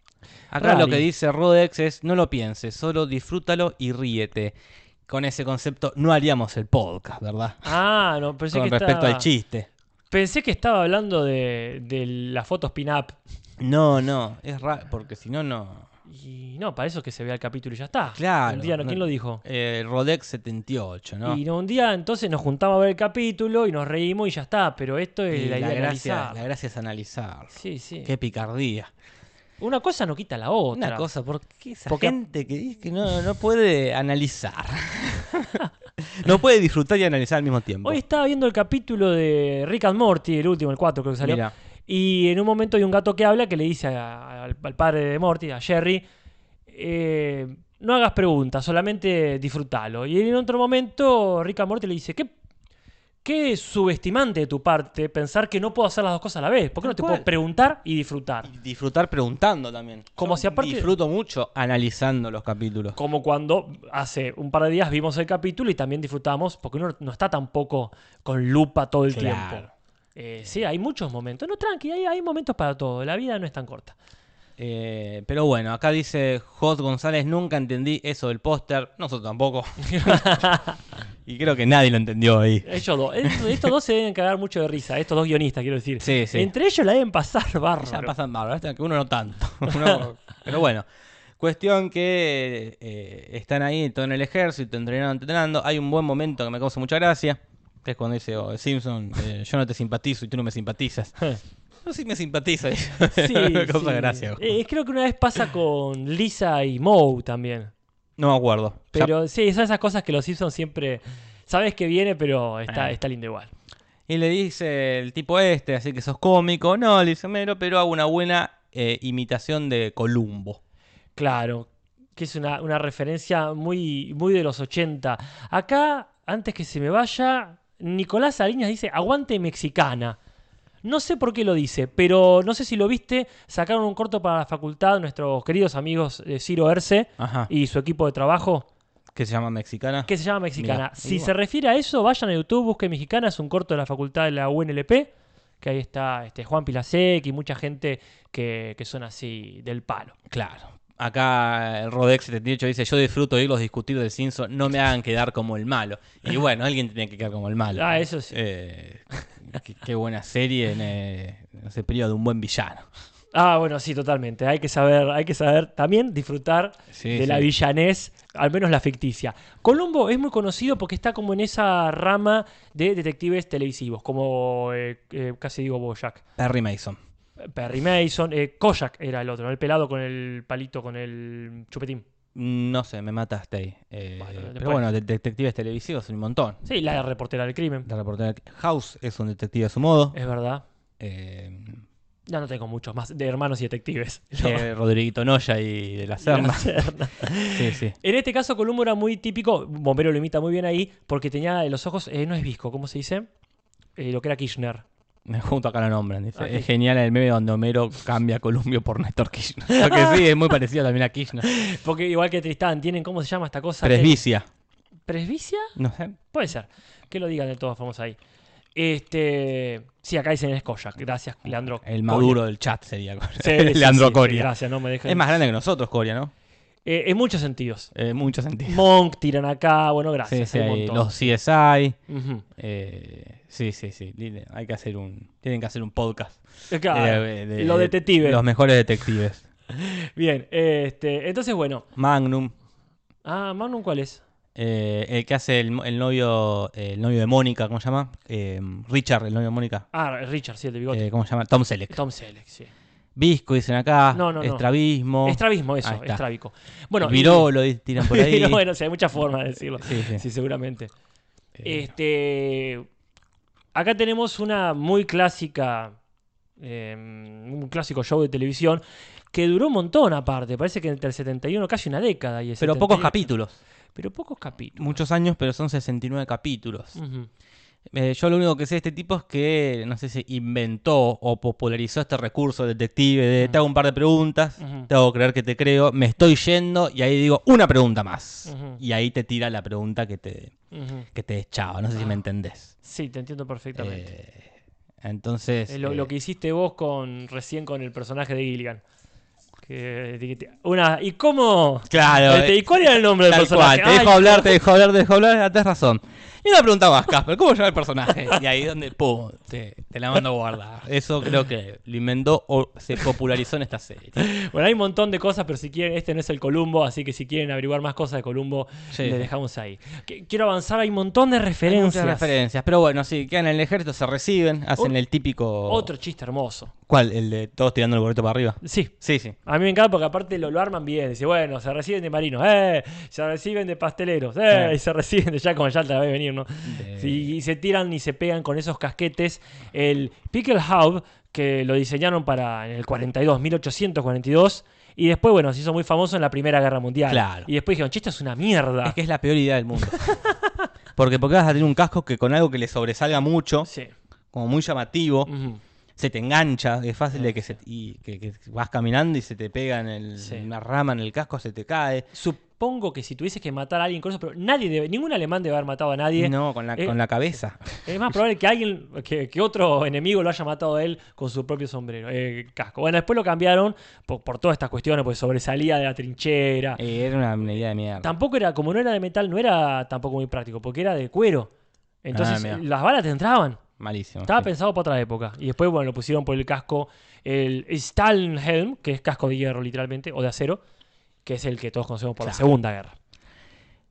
D: Acá lo
C: Rari.
D: que dice Rodex es, no lo pienses, solo disfrútalo y ríete. Con ese concepto no haríamos el podcast, ¿verdad?
C: Ah, no, pensé
D: Con
C: que
D: respecto
C: estaba...
D: al chiste.
C: Pensé que estaba hablando de, de las fotos pin-up.
D: No, no, es raro, porque si no, no.
C: Y no, para eso es que se vea el capítulo y ya está.
D: Claro.
C: Un día, ¿no? ¿quién
D: no-
C: lo dijo?
D: Eh, Rodex 78, ¿no?
C: Y no, un día entonces nos juntamos a ver el capítulo y nos reímos y ya está. Pero esto es
D: Y
C: la, idea de
D: gracia,
C: analizar.
D: Eh, la gracia es analizar.
C: Sí, sí.
D: Qué picardía.
C: Una cosa no quita la otra.
D: Una cosa, ¿por qué esa
C: Porque-
D: gente que dice que no, no puede analizar? (laughs) no puede disfrutar y analizar al mismo tiempo.
C: Hoy estaba viendo el capítulo de Rick and Morty, el último, el 4 creo que salió.
D: Mira.
C: Y en un momento hay un gato que habla que le dice a- al, al padre de Morty, a Jerry, eh, no hagas preguntas, solamente disfrútalo. Y en otro momento Rick and Morty le dice, ¿qué, qué subestimante de tu parte pensar que no puedo hacer las dos cosas a la vez? ¿Por qué no
D: Tal
C: te
D: cual.
C: puedo preguntar y disfrutar?
D: Y disfrutar preguntando también.
C: Como si aparte-
D: Disfruto mucho analizando los capítulos.
C: Como cuando hace un par de días vimos el capítulo y también disfrutamos, porque uno no está tampoco con lupa todo el
D: Claro.
C: tiempo. Eh, sí, hay muchos momentos. No, tranqui, hay, hay momentos para todo. La vida no es tan corta.
D: Eh, pero bueno, acá dice Jos González, nunca entendí eso del póster. Nosotros tampoco. y creo que nadie lo entendió ahí.
C: Ellos dos,
D: (laughs)
C: estos, estos dos se deben cagar mucho de risa, estos dos guionistas, quiero decir.
D: Sí, sí.
C: Entre ellos la deben pasar
D: Ya
C: bárbaro.
D: pasan bárbaros, que uno no tanto. (laughs) Uno- pero bueno. Cuestión que eh, están ahí todo en el ejército, entrenando, entrenando. Hay un buen momento que me causa mucha gracia, que es cuando dice oh, Simpson, eh, yo no te simpatizo y tú no me simpatizas. (laughs) No, sí me simpatiza.
C: (laughs) Sí,
D: (laughs) me causa
C: sí.
D: gracia.
C: Eh, creo que una vez pasa con Lisa y Moe también.
D: No me acuerdo. Ya-
C: Pero sí, son esas cosas que los Simpsons siempre. Sabes que viene, pero está,
D: Ah.
C: está lindo igual.
D: Y le dice el tipo este, así que sos cómico. No, le dice Homero, pero hago una buena eh, imitación de Columbo.
C: Claro, que es una, una referencia muy, muy de los 80. Acá, antes que se me vaya, Nicolás Salinas dice, aguante mexicana. No sé por qué lo dice, pero no sé si lo viste, sacaron un corto para la facultad nuestros queridos amigos eh, Ciro Erce
D: Ajá.
C: y su equipo de trabajo
D: ¿Qué se llama mexicana?
C: que se llama Mexicana.
D: Mirá,
C: si
D: ahí va.
C: se refiere a eso, vayan a YouTube, busquen Mexicana, es un corto de la facultad de la UNLP, que ahí está este, Juan Pilasek y mucha gente que, que son así del palo.
D: Claro. Acá el Rodex 78 dice, yo disfruto de oírlos discutir del Simpson, no me hagan quedar como el malo. (laughs) Y bueno, alguien tenía que quedar como el malo.
C: Ah, eso sí.
D: Eh, qué, qué buena serie en, eh, en ese periodo de un buen villano.
C: Ah, bueno, sí, totalmente. Hay que saber, hay que saber también disfrutar
D: Sí,
C: de
D: sí.
C: la villanés, al menos la ficticia. Colombo es muy conocido porque está como en esa rama de detectives televisivos, como eh, eh, casi digo Bojack.
D: Perry Mason.
C: Perry Mason, eh, Kojak era el otro, ¿no? el pelado con el palito, con el chupetín.
D: No sé, me mataste ahí. Eh,
C: Bueno, después-
D: pero bueno, de- detectives televisivos, un montón.
C: Sí, la reportera del crimen.
D: La reportera House es un detective a su modo.
C: Es verdad.
D: Eh,
C: Ya no tengo muchos más de hermanos y detectives.
D: eh, Rodriguito Noya y de la Serna. Sí, sí.
C: En este caso, Columbo era muy típico. Bombero lo imita muy bien ahí porque tenía los ojos. eh, no es visco, ¿cómo se dice? Eh, lo que era Kirchner.
D: Me junto acá lo nombran. dice,
C: Aquí.
D: Es genial el meme donde Homero cambia a Columbio por Néstor Kirchner. Porque sí, es muy parecido también a Kirchner.
C: Porque igual que Tristán, tienen, ¿cómo se llama esta cosa? Eh,
D: Presbicia.
C: ¿Presbicia?
D: No sé.
C: Puede ser. Que lo digan de todos famosos ahí. Este. Sí, acá dicen es Koyak. Gracias, Leandro.
D: El
C: Coria.
D: maduro del chat sería (laughs)
C: Sí, sí,
D: Leandro
C: sí, sí,
D: Coria.
C: gracias, no me dejen.
D: es más grande que nosotros, Coria, ¿no?
C: Eh, en muchos sentidos.
D: Eh, mucho sentido.
C: Monk tiran acá, bueno,
D: Sí,
C: gracias.
D: sí,
C: hay un
D: hay
C: montón.
D: los CSI.
C: Ujú.
D: eh, sí, sí, sí. Lile, Hay que hacer un. Tienen que hacer un podcast.
C: Eh, claro,
D: eh, de-
C: los detectives.
D: Los mejores detectives.
C: Bien, este, entonces bueno.
D: Magnum.
C: Ah, Magnum, ¿cuál es?
D: eh, el que hace el, mo- el novio el novio de Mónica, ¿cómo se llama? Eh, Richard, el novio de Mónica.
C: Ah, Richard, sí, el de bigote.
D: Eh, ¿Cómo se llama? Tom Selleck.
C: Tom Selleck, sí.
D: Visco, dicen acá.
C: No, no, no.
D: Estrabismo.
C: Estrabismo,
D: Oh, Ahí
C: eso,
D: está.
C: estrábico. Bueno, y-
D: Virolo, di-
C: (laughs)
D: tiran por ahí.
C: No, bueno, sí, hay muchas formas de decirlo.
D: Sí, sí.
C: Sí, seguramente.
D: Eh,
C: Este. Acá tenemos una muy clásica. eh, un clásico show de televisión que duró un montón, aparte. Parece que entre el 71, casi una década. Y el
D: pero pocos
C: 78.
D: capítulos.
C: Pero pocos capítulos.
D: Muchos años, pero son 69 capítulos.
C: Ujú.
D: Eh, yo lo único que sé de este tipo es que, no sé si inventó o popularizó este recurso detective de te hago un par de preguntas,
C: Ujú.
D: te hago creer que te creo, me estoy yendo y ahí digo una pregunta más.
C: Ujú.
D: Y ahí te tira la pregunta que te,
C: Ujú.
D: que te deschaba, no sé si
C: Ah,
D: me entendés.
C: Sí, te entiendo perfectamente.
D: Eh, entonces,
C: Eh, lo,
D: eh,
C: lo que hiciste vos con recién con el personaje de Gilligan. Que dijiste, una, ¿y cómo?
D: claro,
C: Este,
D: eh,
C: ¿Y cuál era el nombre del
D: tal
C: personaje?
D: cual, te dejo
C: Ay,
D: hablar, te dejo hablar, te dejo hablar, ah, tenés razón. Y una pregunta más, Casper, ¿cómo se llama el personaje? Y ahí donde, pum, te, te la mando a guardar. Eso creo que lo inventó o se popularizó en esta serie.
C: Bueno, hay un montón de cosas, pero si quieren, este no es el Columbo, así que si quieren averiguar más cosas de Columbo,
D: Sí.
C: le dejamos ahí. Qu- Quiero avanzar, hay un montón de
D: Hay muchas
C: referencias.
D: referencias. Pero bueno, sí, quedan en el ejército, se reciben, hacen
C: Ot-
D: el típico.
C: Otro chiste hermoso.
D: ¿Cuál? El de todos tirando el boleto para arriba.
C: Sí.
D: Sí, sí.
C: A mí me encanta porque aparte lo, lo arman bien. Dice, bueno, se reciben de marinos, eh, se reciben de pasteleros, eh,
D: Sí.
C: y se reciben de ya como ya te la ve venir, ¿no?
D: De-
C: Sí, y se tiran y se pegan con esos casquetes. El Pickle Hub, que lo diseñaron para en el 42, 1842. Y después, bueno, se hizo muy famoso en la Primera Guerra Mundial.
D: Claro.
C: Y después dijeron, chiste, es una mierda.
D: Es que es la peor idea del mundo. (laughs) Porque porque vas a tener un casco que con algo que le sobresalga mucho,
C: Sí.
D: como muy llamativo,
C: Ujú.
D: se te engancha, es fácil de que se y que, que vas caminando y se te pega en el-
C: Sí.
D: una rama en el casco, se te cae.
C: Supongo que si tuvieses que matar a alguien con eso, pero nadie debe- ningún alemán debe haber matado a nadie.
D: No, con la,
C: Eh,
D: con la
C: (laughs)
D: cabeza.
C: Es más probable que alguien, que, que otro enemigo lo haya matado a él con su propio sombrero, eh, casco. Bueno, después lo cambiaron por, por todas estas cuestiones, pues sobresalía de la trinchera.
D: Eh, era una, una idea de mierda.
C: Tampoco era, como no era de metal, no era tampoco muy práctico, porque era de cuero. Entonces
D: Ah, mira.
C: las balas te entraban.
D: Malísimo.
C: Estaba
D: sí.
C: pensado para otra época. Y después, bueno, lo pusieron por el casco, el Stahlhelm, que es casco de hierro literalmente, o de acero, que es el que todos conocemos por la
D: Claro.
C: Segunda Guerra.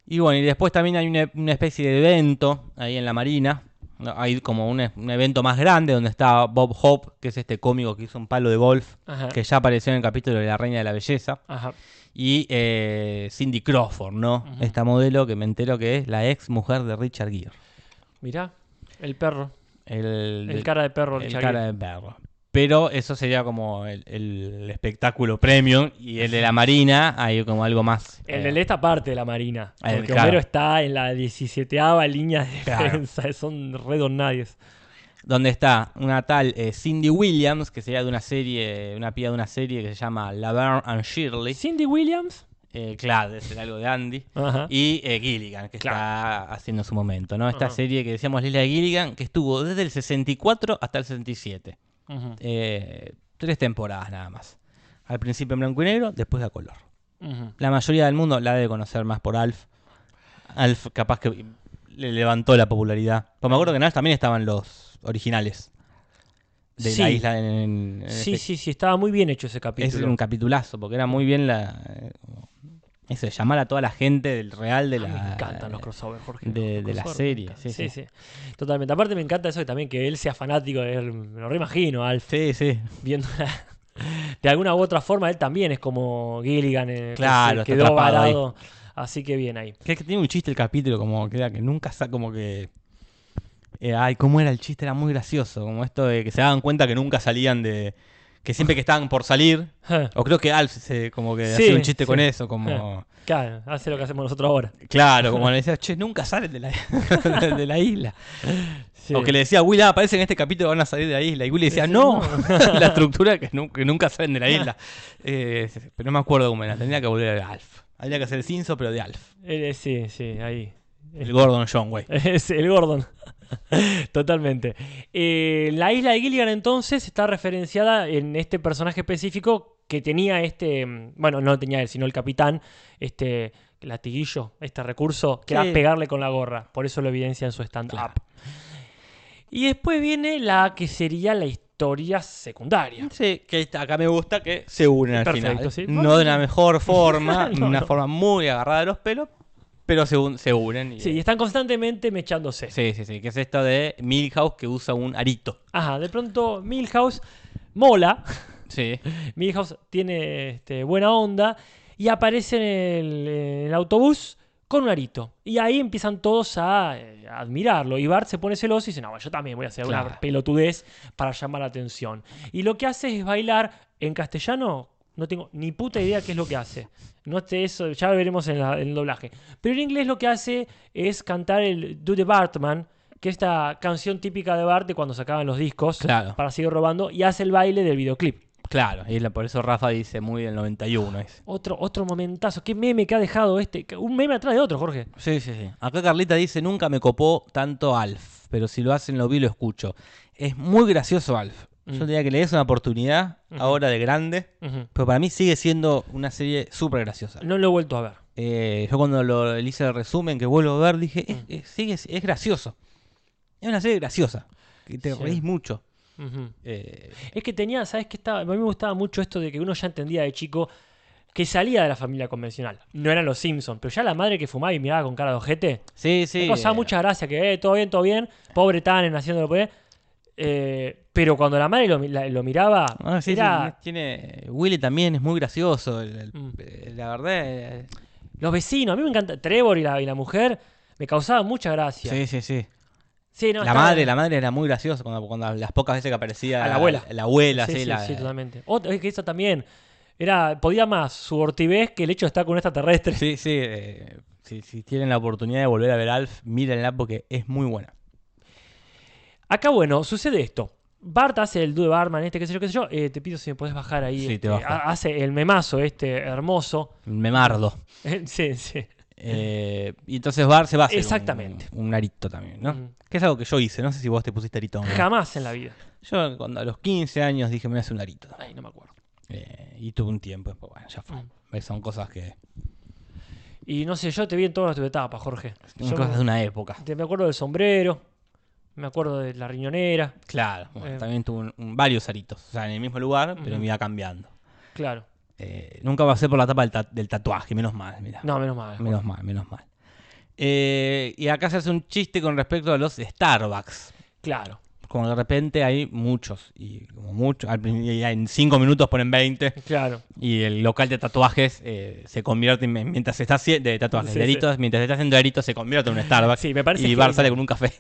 D: Y bueno, y después también hay una, una especie de evento ahí en la Marina. ¿no? Hay como un, e- un evento más grande donde está Bob Hope, que es este cómico que hizo un palo de golf,
C: Ajá.
D: que ya apareció en el capítulo de La Reina de la Belleza.
C: Ajá.
D: Y eh, Cindy Crawford, ¿no?
C: Ujú.
D: Esta modelo que me entero que es la ex mujer de Richard Gere.
C: Mirá, el perro.
D: El,
C: El cara de perro,
D: el
C: Richard
D: cara
C: Gere.
D: de perro. Pero eso sería como el, el espectáculo premium. Y el de la Marina, hay como algo más.
C: En
D: eh,
C: el- esta parte de la Marina.
D: Ah,
C: Porque
D: claro.
C: Homero está en la 17 línea de
D: Claro.
C: defensa. (laughs) Son redonadies.
D: donde está una tal eh, Cindy Williams, que sería de una serie, una piba de una serie que se llama Laverne and Shirley,
C: Cindy Williams.
D: eh, claro, debe ser algo de Andy,
C: Ajá.
D: y eh, Gilligan, que está haciendo su momento, ¿no? Esta
C: Ajá.
D: serie que decíamos, Lila de Gilligan, que estuvo desde el 64 hasta el 67.
C: Ujú,
D: Eh, tres temporadas nada más. Al principio en blanco y negro, después a color.
C: ujú.
D: La mayoría del mundo la debe conocer más por Alf. Alf capaz que le levantó la popularidad. Pues me acuerdo que en Alf también estaban los originales. De la
C: Sí.
D: isla en, en- en
C: Sí,
D: este-
C: sí, sí. Estaba muy bien hecho ese
D: Ese
C: capítulo.
D: era un capitulazo, porque era muy bien la... eh, Eso, de llamar a toda la gente del real de
C: Ah,
D: la...
C: me encantan los crossovers, Jorge.
D: de-
C: Los
D: de la
C: crossovers me
D: serie,
C: encantan.
D: sí,
C: sí,
D: sí.
C: sí. Totalmente. Aparte me encanta eso que también que él sea fanático de él. Me lo reimagino, Alf,
D: Sí, sí.
C: viendo la- (laughs) de alguna u otra forma, él también es como Gilligan, eh, que
D: Claro,
C: se
D: está
C: quedó
D: atrapado ahí.
C: varado. Así que bien ahí. (laughs)
D: Que, que tiene un chiste el capítulo, como que, era que nunca sa como que. eh, ay, cómo era el chiste, era muy gracioso. Como esto de que se daban cuenta que nunca salían de. Que siempre que estaban por salir. O creo que Alf se, como que
C: Sí,
D: hacía un
C: sí.
D: chiste
C: Eh.
D: con eso, como.
C: Claro, hace lo que hacemos nosotros ahora.
D: Claro, como le decía, che, nunca salen de la, (laughs) de la isla.
C: Sí.
D: O que le decía, Will, ah, parece que en este capítulo van a salir de la isla. Y Will le decía,
C: Sí,
D: no,
C: no.
D: (laughs) la estructura que nunca, que nunca salen
C: (laughs)
D: de la isla. Eh, pero no me acuerdo cómo era, tendría que volver a Alf. Habría que hacer el cinzo, pero de Alf.
C: Eh, sí, sí, ahí. (laughs) Eh.
D: El Gordon John, güey.
C: Es el Gordon. (laughs) Totalmente. Eh, la isla de Gilligan entonces está referenciada en este personaje específico que tenía este, mm, bueno, no lo tenía él, sino el capitán, este latiguillo, este recurso que
D: Sí.
C: era pegarle con la gorra. Por eso lo evidencia en su stand-up.
D: Claro.
C: Y después viene la que sería la historia secundaria.
D: Sí, que está- acá me gusta que se unen al
C: Perfecto,
D: final.
C: sí.
D: No de la mejor
C: (laughs)
D: forma,
C: No,
D: una
C: no.
D: forma muy agarrada de los pelos, pero se, un- se unen. y-
C: Sí, y están constantemente mechándose.
D: sí, sí, sí, que es esto de Milhouse que usa un arito.
C: Ajá, de pronto Milhouse mola.
D: Sí.
C: Milhouse tiene este, buena onda y aparece en el, eh, el autobús con un arito. Y ahí empiezan todos a eh, a admirarlo. Y Bart se pone celoso y dice, no, yo también voy a hacer
D: Claro.
C: una pelotudez para llamar la atención. Y lo que hace es bailar en castellano. No tengo ni puta idea qué es lo que hace. No sé eso, ya lo veremos en, la- en el doblaje. Pero en inglés lo que hace es cantar el Do the Bartman, que es esta canción típica de Bart de cuando sacaban los discos
D: Claro.
C: para seguir robando, y hace el baile del videoclip.
D: Claro, y la- por eso Rafa dice muy del 91. Es.
C: Otro, otro momentazo. ¿Qué meme que ha dejado este? Un meme atrás de otro, Jorge.
D: Sí, sí, sí. Acá Carlita dice, nunca me copó tanto Alf, pero si lo hacen lo vi, lo escucho. Es muy gracioso Alf.
C: Mm.
D: Yo diría que le des una oportunidad,
C: Ujú.
D: ahora de grande, pero para mí sigue siendo una serie súper graciosa.
C: No lo he vuelto a ver.
D: Eh, yo cuando lo le hice el resumen que vuelvo a ver, dije, es, es- sigue- es gracioso. Es una serie graciosa. Que te
C: Sí.
D: reís mucho.
C: Ujú.
D: Eh,
C: Es que tenía, ¿sabes qué estaba? A mí me gustaba mucho esto de que uno ya entendía de chico que salía de la familia convencional. No eran los Simpsons, pero ya la madre que fumaba y miraba con cara de ojete.
D: sí,
C: Me
D: sí.
C: causaba
D: eh,
C: mucha gracia, que eh, todo bien, todo bien. Pobre Tannen haciéndolo por él. Eh, pero cuando la madre lo, mi- la- lo miraba,
D: ah, sí, sí,
C: era-
D: tiene, Willy también es muy gracioso. el- el-
C: Mm.
D: eh, La verdad. eh,
C: los vecinos, a mí me encanta. Trevor y la, y la mujer me causaban mucha gracia.
D: Sí, sí, sí.
C: Sí, no,
D: la
C: estaba-
D: madre, la madre era muy graciosa cuando, cuando las pocas veces que aparecía
C: A la abuela.
D: La abuela,
C: Sí,
D: sí,
C: sí,
D: la-
C: sí, totalmente. Otra, es que esa también. Era, podía más su ortivez que el hecho de estar con un extraterrestre.
D: sí, sí, eh, si, si tienen la oportunidad de volver a ver Alf, mírenla porque es muy buena.
C: Acá, bueno, sucede esto. Bart hace el dude barman, este, qué sé yo, qué sé yo. Eh, te pido si me podés bajar ahí.
D: Sí, te
C: este,
D: bajo.
C: ha- Hace el memazo este hermoso. (laughs)
D: Me mardo.
C: sí, sí.
D: Eh, y entonces Bar se va a hacer un-
C: Exactamente.
D: Un, arito también, ¿no?
C: Ujú.
D: Que es algo que yo hice, no sé si vos te pusiste arito o no.
C: Jamás en la vida.
D: Yo cuando a los 15 años dije me voy a hacer un arito.
C: Ay, no me acuerdo.
D: Eh, y tuve un tiempo, después, bueno, ya fue.
C: Mm.
D: Son cosas que...
C: Y no sé, yo te vi en todas tus etapas, Jorge.
D: Son
C: Yo
D: cosas de
C: me,
D: una época.
C: te- me acuerdo del sombrero, me acuerdo de la riñonera,
D: Claro. bueno,
C: Eh.
D: También tuve un- un- varios aritos. O sea, en el mismo lugar, pero
C: Ujú.
D: me iba cambiando.
C: claro.
D: Eh, nunca pasé por la etapa del, ta- del tatuaje, menos mal, mira.
C: No, menos mal.
D: Menos mal, menos mal. Eh, y acá se hace un chiste con respecto a los Starbucks.
C: Claro,
D: como de repente hay muchos y como muchos al prin- y en cinco minutos ponen 20
C: claro.
D: y el local de tatuajes eh, se convierte en, mientras se está haciendo de tatuajes
C: Sí,
D: de
C: sí.
D: aritos, mientras se está haciendo aritos se convierte en un Starbucks
C: Sí, me parece
D: y
C: genial.
D: Bar sale con
C: (laughs)
D: un café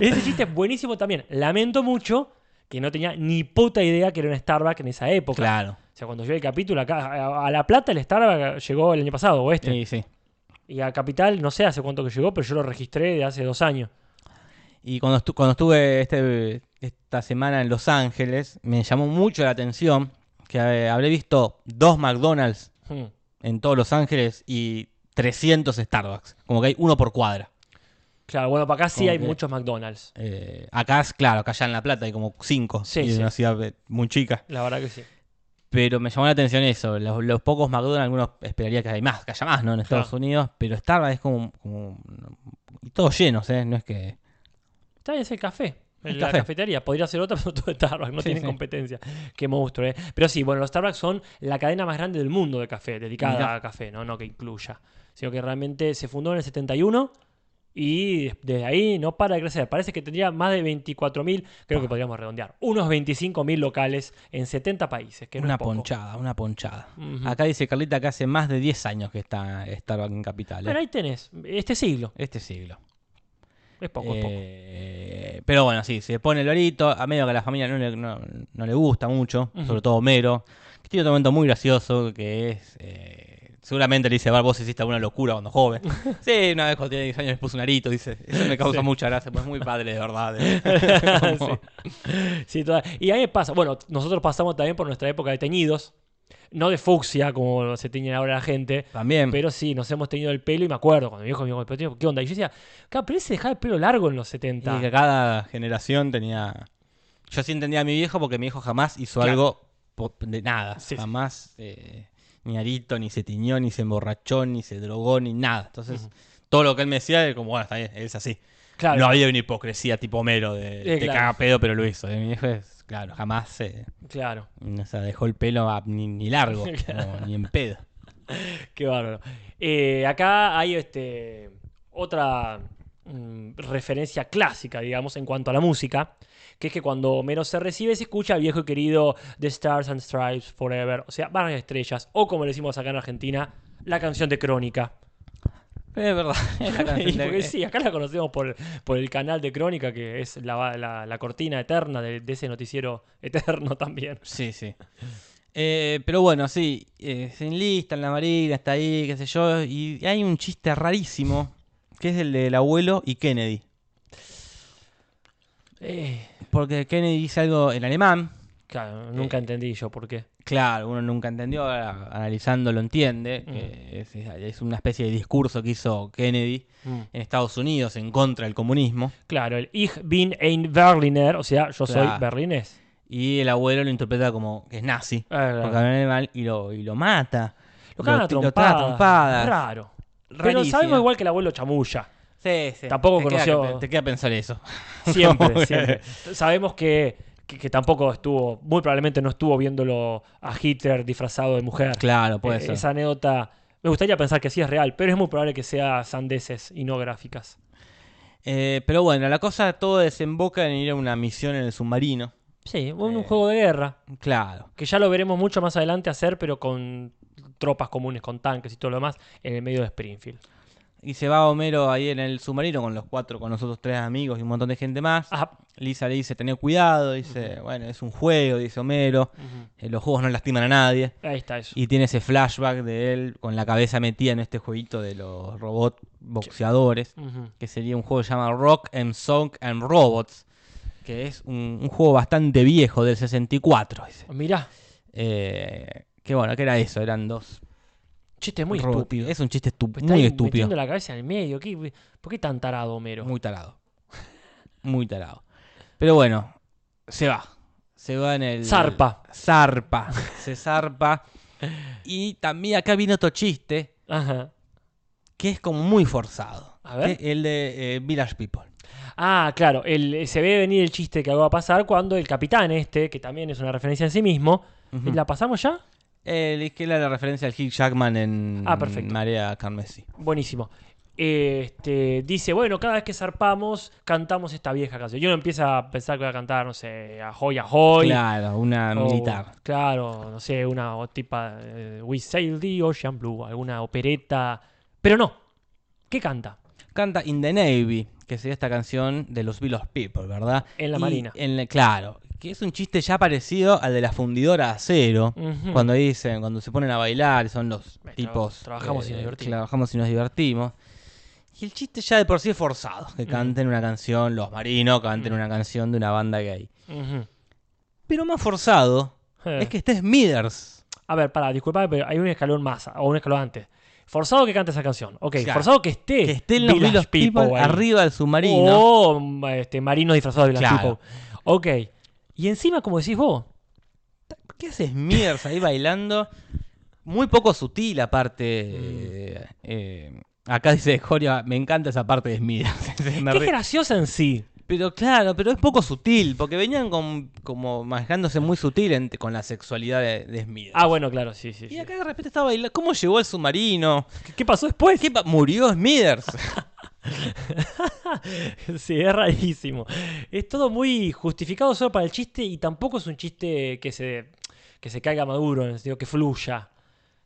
C: Ese chiste es buenísimo también. Lamento mucho que no tenía ni puta idea que era un Starbucks en esa época.
D: claro
C: O sea, cuando yo el capítulo acá, a- a La Plata el Starbucks llegó el año pasado o este.
D: sí, sí.
C: Y a Capital no sé hace cuánto que llegó, pero yo lo registré de hace dos años.
D: y cuando, estu- cuando estuve este, esta semana en Los Ángeles me llamó mucho la atención que eh, habré visto dos McDonald's
C: Hmm.
D: en todos Los Ángeles y 300 Starbucks como que hay uno por cuadra
C: Claro, bueno, para acá sí
D: Como
C: hay
D: que-
C: muchos McDonald's.
D: Eh, acá, es- claro, acá allá en La Plata hay como cinco.
C: Sí,
D: y es
C: sí.
D: una ciudad eh, muy chica.
C: La verdad que sí.
D: Pero me llamó la atención eso. Los, los pocos McDonald's, algunos esperaría que hay más, que haya más, ¿no? En Estados
C: Claro.
D: Unidos. Pero Starbucks es como. como- y todos llenos, ¿eh? No es que.
C: Está bien, es el café.
D: El
C: la
D: café.
C: cafetería. Podría ser otra, (laughs) pero todo Starbucks. No
D: Sí,
C: tienen
D: sí.
C: competencia. Qué monstruo, ¿eh? Pero sí, bueno, los Starbucks son la cadena más grande del mundo de café, dedicada
D: Mirá.
C: a café, ¿no? No que incluya. Sino que realmente se fundó en el 71 Y des- desde ahí no para de crecer. Parece que tendría más de 24.000, creo que podríamos redondear, unos 25.000 locales en 70 países. Que no es
D: Una
C: poco.
D: ponchada, una ponchada.
C: Ujú.
D: Acá dice Carlita que hace más de 10 años que está Starbucks en Capital. ¿eh?
C: Bueno, ahí tenés, este siglo.
D: Este siglo.
C: Es poco, es poco.
D: Eh, pero bueno, sí, se pone el orito. A medio que a la familia no le, no- no le gusta mucho,
C: Ujú.
D: sobre todo Homero. Que tiene otro momento muy gracioso que es. eh, seguramente le dice, Bar, vos hiciste alguna locura
C: (laughs)
D: cuando joven. sí, una vez cuando tenía 10 años me puse un arito, dice. Eso me causa
C: Sí.
D: mucha gracia, pues es muy padre,
C: (laughs)
D: de verdad. (laughs) Como-
C: Sí. (laughs) Sí, toda- Y a mí me pasa, bueno, nosotros pasamos también por nuestra época de teñidos, no de fucsia como se teñen ahora la gente,
D: También.
C: pero sí, nos hemos teñido el pelo y me acuerdo cuando mi viejo me dijo, "Pero, tío, ¿qué onda? Y yo decía, "Claro, pero él se dejaba el pelo largo en los
D: Y
C: 70.
D: que cada generación tenía. Yo sí entendía a mi viejo porque mi hijo jamás hizo
C: Claro.
D: algo po- de nada.
C: Sí, sí.
D: jamás eh, ni arito, ni se tiñó, ni se emborrachó, ni se drogó, ni nada. Entonces, todo lo que él me decía era como, bueno, está bien, él es así.
C: Claro,
D: No había una hipocresía tipo mero de
C: Eh,
D: te
C: claro.
D: caga pedo, pero lo hizo. Y mi viejo es, claro, jamás eh,
C: claro,
D: no se dejó el pelo a- ni,
C: (laughs)
D: ni largo, como ni en pedo.
C: qué bárbaro. Eh, acá hay este, otra mm, referencia clásica, digamos, en cuanto a la música, que es que cuando menos se recibe se escucha viejo y querido The Stars and Stripes Forever, o sea, varias estrellas, o como le decimos acá en Argentina, la canción de Crónica.
D: Pero Es
C: (laughs)
D: verdad. es la (laughs)
C: Y
D: canción de-
C: porque sí, acá la conocemos por, por el canal de Crónica, que es la, la- la cortina eterna de, de ese noticiero (laughs) eterno también.
D: Sí, sí. Eh, pero bueno, sí, eh, se enlistan, la marina está ahí, qué sé yo, y hay un chiste rarísimo, que es el del abuelo y Kennedy.
C: Eh,
D: Porque Kennedy dice algo en alemán,
C: claro,
D: eh.
C: nunca entendí yo por qué.
D: claro, uno nunca entendió, ahora analizando lo entiende,
C: Mm.
D: que es, es una especie de discurso que hizo Kennedy
C: Mm.
D: en Estados Unidos en contra del comunismo,
C: Claro, el Ich bin ein Berliner, o sea, yo soy
D: Claro.
C: berlinés.
D: y el abuelo lo interpreta como que es nazi,
C: Ah,
D: porque habla en alemán y lo, y lo mata.
C: Lo cagan a
D: ti- lo caga a
C: trompadas.
D: trompadas.
C: Raro. Pero
D: Rarísimo.
C: sabemos igual que el abuelo (laughs) chamulla.
D: Sí, sí.
C: Tampoco
D: Te queda-
C: conoció-
D: te queda pensar eso. Como
C: Siempre,
D: que-
C: siempre. Sabemos que, que, que tampoco estuvo, muy probablemente no estuvo viéndolo a Hitler disfrazado de mujer.
D: Claro, puede
C: Eh,
D: ser.
C: Esa anécdota. Me gustaría pensar que sí es real, pero es muy probable que sea sandeces y no gráficas.
D: Eh, pero bueno, la cosa todo desemboca en ir a una misión en el submarino.
C: Sí, un,
D: Eh.
C: juego de guerra,
D: Claro.
C: que ya lo veremos mucho más adelante hacer, pero con tropas comunes, con tanques y todo lo demás, en el medio de Springfield.
D: Y se va Homero ahí en el submarino con los cuatro, con nosotros tres amigos y un montón de gente más.
C: Ah,
D: Lisa le dice, tené cuidado, dice, bueno, es un juego, dice Homero. Eh, los juegos no lastiman a nadie.
C: ahí está eso.
D: Y tiene ese flashback de él con la cabeza metida en este jueguito de los robots boxeadores.
C: Ujú.
D: que sería un juego llamado Rock and Song and Robots, que es un, un juego bastante viejo del 64. dice.
C: Mirá,
D: Eh, que bueno, que era eso, eran dos.
C: chiste este muy
D: robots.
C: estúpido.
D: Es un chiste estu-
C: Está
D: muy
C: ahí
D: estúpido.
C: metiendo la cabeza en el medio. ¿qué- ¿Por qué tan tarado, Homero?
D: Muy tarado. (laughs) Muy tarado. Pero bueno, se va. Se va en el.
C: Zarpa.
D: Zarpa. Se zarpa. Y también acá viene otro chiste
C: Ajá.
D: que es como muy forzado.
C: A ver.
D: que es el de eh, Village People.
C: Ah, claro, el, se ve venir el chiste que va a pasar cuando el capitán este, que también es una referencia en sí mismo,
D: Ujú.
C: ¿la pasamos ya?
D: El es que era la referencia al Hugh Jackman en
C: Ah, perfecto.
D: Marea Carmesí.
C: Buenísimo. Este, dice, bueno, cada vez que zarpamos, cantamos esta vieja canción. Yo no empiezo a pensar que voy a cantar, no sé, Ahoy Ahoy.
D: Claro, una
C: o,
D: militar.
C: Claro, no sé, una o- tipa eh, We Sail the Ocean Blue, alguna opereta. Pero no. ¿Qué canta?
D: Canta In the Navy, que sería esta canción de los Village People, ¿verdad?
C: En la
D: Y
C: marina.
D: en la- claro, que es un chiste ya parecido al de la fundidora de acero.
C: Ujú.
D: Cuando dicen, cuando se ponen a bailar, son los
C: Tra-
D: tipos. eh,
C: trabajamos y nos divertimos.
D: Trabajamos y nos divertimos. Y el chiste ya de por sí es forzado. Que canten una canción, los marinos canten una canción de una banda gay.
C: Ujú.
D: Pero más forzado
C: Eh.
D: es que estés Smithers.
C: A ver, pará, disculpame, pero hay un escalón más, o un escalón antes. Forzado que cante esa canción. Ok,
D: Claro.
C: forzado que esté.
D: que estén los
C: Village
D: Village People,
C: People ahí.
D: arriba del submarino.
C: O mm, este, marinos disfrazados de Village
D: Claro.
C: People. Ok. Y encima, como decís vos,
D: ¿Qué haces Smithers ahí bailando? Muy poco sutil, aparte. eh, eh, acá dice Joria, me encanta esa parte de Smithers. (laughs) Se me
C: que es
D: ríe.
C: graciosa en sí.
D: pero claro, pero es poco sutil, porque venían con- como manejándose muy sutil en- con la sexualidad de, de Smithers.
C: Ah, bueno, claro, sí, sí.
D: Y
C: sí.
D: acá de repente estaba bailando. ¿Cómo llegó el submarino?
C: ¿Qué pasó después? (laughs)
D: ¿Qué pa- murió Smithers.
C: sí, es rarísimo. Es todo muy justificado solo para el chiste y tampoco es un chiste que se, que se caiga maduro, en el sentido que fluya.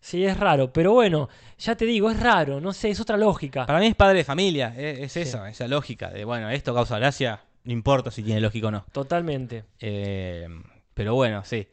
C: Sí, es raro, pero bueno, ya te digo, es raro, no sé, es otra lógica.
D: Para mí es padre de familia, e-, es, es
C: Sí.
D: eso, esa lógica de, bueno, esto causa gracia, no importa si tiene lógica o no.
C: Totalmente.
D: Eh, pero bueno, sí.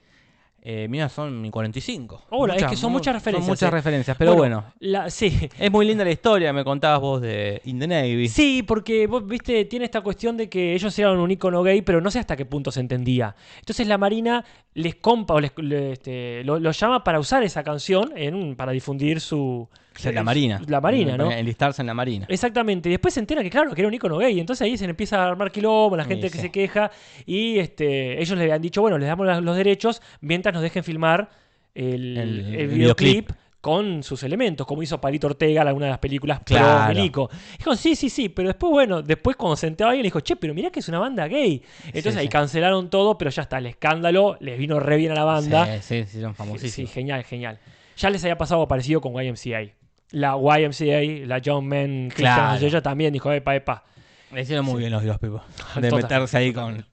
D: Eh, mira, son 45.
C: Hola, es que son
D: mu-
C: muchas referencias,
D: Son muchas
C: eh.
D: referencias, pero bueno.
C: la- (laughs) sí.
D: Es muy linda la historia, me contabas vos de In the Navy.
C: Sí, porque vos viste, tiene esta cuestión de que ellos eran un icono gay, pero no sé hasta qué punto se entendía. Entonces la Marina les compa o les, le- este, lo, lo llama para usar esa canción en- para difundir su.
D: O sea, la Marina.
C: La Marina, ¿no?
D: Enlistarse en la Marina.
C: Exactamente. Y después se entera que, claro, que era un icono gay. Entonces ahí se le empieza a armar quilombo, la gente
D: Y
C: que
D: sí.
C: se queja. Y este, ellos le habían dicho, bueno, les damos la- los derechos mientras nos dejen filmar el,
D: El-
C: el
D: el
C: videoclip.
D: videoclip.
C: Con sus elementos, como hizo Palito Ortega en alguna de las películas
D: Claro.
C: pro Milico. Dijo, sí, sí, sí, pero después, bueno, después cuando se enteró alguien, le dijo, che, pero mirá que es una banda gay. Entonces
D: Sí,
C: ahí
D: sí.
C: cancelaron todo, pero ya está, el escándalo les vino re bien a la banda.
D: Sí, sí, son
C: Sí, sí,
D: famosísimos.
C: genial, genial. Ya les había pasado parecido con YMCA. La YMCA, la Young Men Christian
D: Claro.
C: Association también dijo, epa, epa.
D: Le hicieron muy bien los
C: (laughs)
D: dos pibos. De
C: Total,
D: meterse ahí con.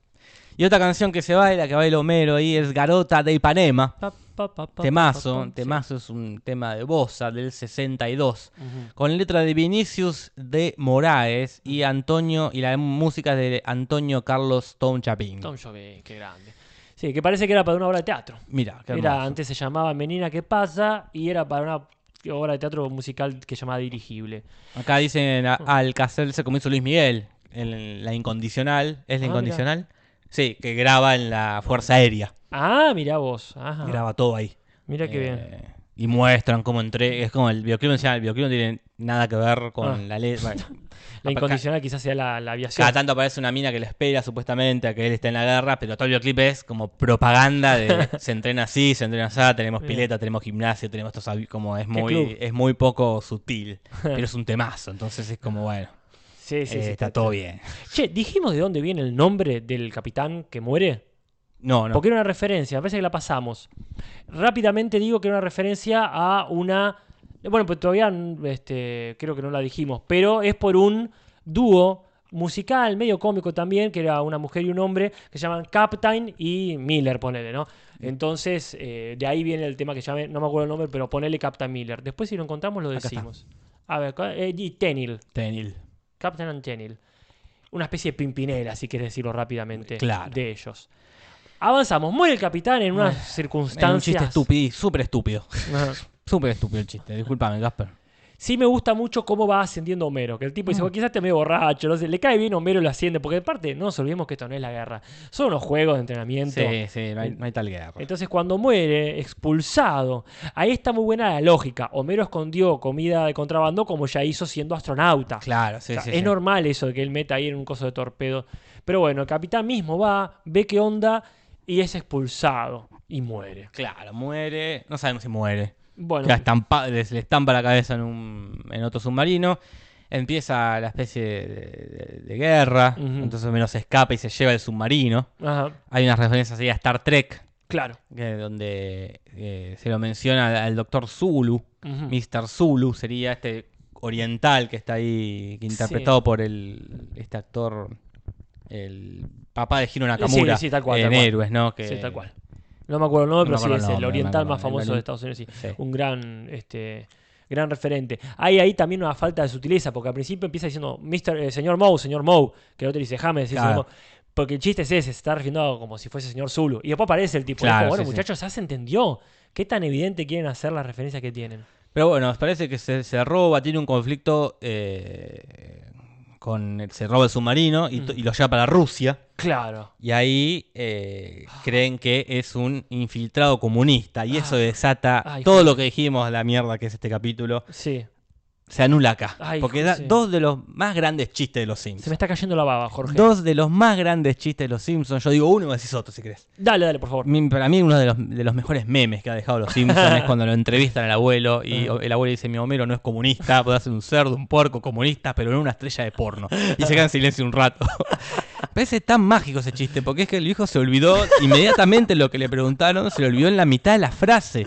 D: Y otra canción que se baila, que baila Homero ahí, es Garota de Ipanema.
C: Pa, pa, pa, pa, pa, pa,
D: Temazo.
C: pa,
D: Temazo es un tema de Bosa del 62.
C: sí. Ujú.
D: Con letra de Vinicius de Moraes y Antonio. Y la música de Antonio Carlos Tonchapin.
C: Tom Jobim, qué grande. Sí, que parece que era para una obra de teatro.
D: Mira, qué hermoso.
C: Era, antes se llamaba Menina, ¿qué pasa? Y era para una obra de teatro musical que se llamaba Dirigible.
D: Acá dicen a- Alcacelce como hizo Luis Miguel. En la incondicional. ¿Es la
C: Ah,
D: incondicional? Sí, que graba en la Fuerza Aérea.
C: Ah, mirá vos. Ajá.
D: Graba todo ahí.
C: Mirá qué bien.
D: Eh, Y muestran cómo entré. Es como el bioclip. encima, el bioclip no tiene nada que ver con
C: Ah.
D: la ley.
C: (laughs)
D: bueno.
C: La
D: Apa-
C: incondicional quizás sea la, la
D: ca-
C: aviación.
D: Cada tanto aparece una mina que le espera supuestamente a que él esté en la guerra, pero todo el bioclip es como propaganda
C: (laughs)
D: de se entrena así, se entrena allá, tenemos
C: Bien.
D: pileta, tenemos gimnasio, tenemos estos avi- como es
C: club.
D: muy, es muy poco
C: (laughs)
D: sutil, pero es un temazo, entonces es como bueno,
C: Sí, sí,
D: eh,
C: sí.
D: está todo bien.
C: Che, ¿dijimos de dónde viene el nombre del capitán que muere?
D: No, no.
C: Porque era una referencia, me parece que la pasamos. Rápidamente digo que era una referencia a una. Bueno, pues todavía este, creo que no la dijimos, pero es por un dúo musical, medio cómico también, que era una mujer y un hombre, que se llaman Captain y Miller, ponele, ¿no? Entonces, eh, de ahí viene el tema que llame, no me acuerdo el nombre, pero ponele Captain Miller. Después, si lo encontramos, lo
D: Acá está.
C: decimos. A ver, ¿cuál- eh, y Tenil,
D: Tenil.
C: Captain and Tenil. Una especie de pimpinela, si quieres decirlo rápidamente,
D: Claro.
C: de ellos. Avanzamos. Muere el capitán en unas
D: Es
C: circunstancias.
D: un chiste estúpido, súper estúpido.
C: (laughs) Ajá.
D: Súper estúpido el chiste, discúlpame, Gasper.
C: Sí me gusta mucho cómo va ascendiendo Homero. Que el tipo dice,
D: Ah.
C: "Bueno, quizás te medio borracho, no sé, le cae bien Homero y lo asciende. Porque de parte, no nos olvidemos que esto no es la guerra. Son unos juegos de entrenamiento.
D: Sí, sí, no hay, no hay tal guerra.
C: Entonces cuando muere, expulsado, ahí está muy buena la lógica. Homero escondió comida de contrabando como ya hizo siendo astronauta.
D: Claro, sí,
C: O sea,
D: sí.
C: es
D: sí.
C: normal eso de que él meta ahí en un coso de torpedo. Pero bueno, el capitán mismo va, ve qué onda y es expulsado y muere.
D: Claro, muere. No sabemos si muere.
C: Bueno,
D: La estampa- le, se le estampa la cabeza en, un, en otro submarino. Empieza la especie de, de- de guerra.
C: Ujú.
D: Entonces menos se escapa y se lleva el submarino.
C: ajá,
D: Hay unas referencias ahí a Star Trek,
C: claro.
D: que- donde eh, se lo menciona al, al doctor Zulu.
C: Ujú.
D: Mr. Zulu sería este oriental que está ahí, que interpretado por el, este actor, el papá de Hiro Nakamura.
C: sí, tal cual,
D: En
C: tal cual.
D: Héroes, ¿no? Que-
C: Sí, tal cual. No me acuerdo el nombre,
D: No me
C: pero
D: acuerdo
C: sí es
D: el
C: el,
D: nombre,
C: oriental
D: me
C: más
D: acuerdo.
C: famoso
D: El-
C: de Estados Unidos. Sí.
D: sí.
C: Un gran, este, gran referente. Hay ahí también una falta de sutileza, porque al principio empieza diciendo, Mister, eh, señor Moe, señor Moe, que el otro dice, James, sí, señor
D: Claro.
C: Moe". Porque el chiste es ese, se está refiriendo como si fuese señor Zulu. Y después aparece el tipo. y es
D: Claro,
C: como, bueno,
D: sí, sí.
C: muchachos, ya se entendió. ¿Qué tan evidente quieren hacer las referencias que tienen?
D: Pero bueno, nos parece que se, se roba, tiene un conflicto eh, con. el- Se roba el submarino y, to-
C: Mm.
D: y lo lleva para Rusia.
C: Claro.
D: Y ahí eh,
C: Ah.
D: creen que es un infiltrado comunista. Y eso desata
C: Ay,
D: todo
C: hijo.
D: lo que dijimos, la mierda que es este capítulo.
C: Sí.
D: Se anula acá.
C: Ay,
D: porque
C: hijo,
D: da
C: sí.
D: dos de los más grandes chistes de los
C: Se me
D: Simpsons.
C: está cayendo la baba, Jorge.
D: Dos de los más grandes chistes de los Simpsons. Yo digo uno y vos decís otro si querés.
C: Dale, dale, por favor.
D: Mi- Para mí, uno de los, de los mejores memes que ha dejado los Simpsons es cuando lo entrevistan al abuelo y
C: Ah.
D: el abuelo dice: Mi Homero no es comunista, puede ser un cerdo, un porco comunista, pero no una estrella de porno. Y se queda en silencio un rato. Parece tan mágico ese chiste, porque es que el viejo se olvidó inmediatamente lo que le preguntaron, se lo olvidó en la mitad de la frase.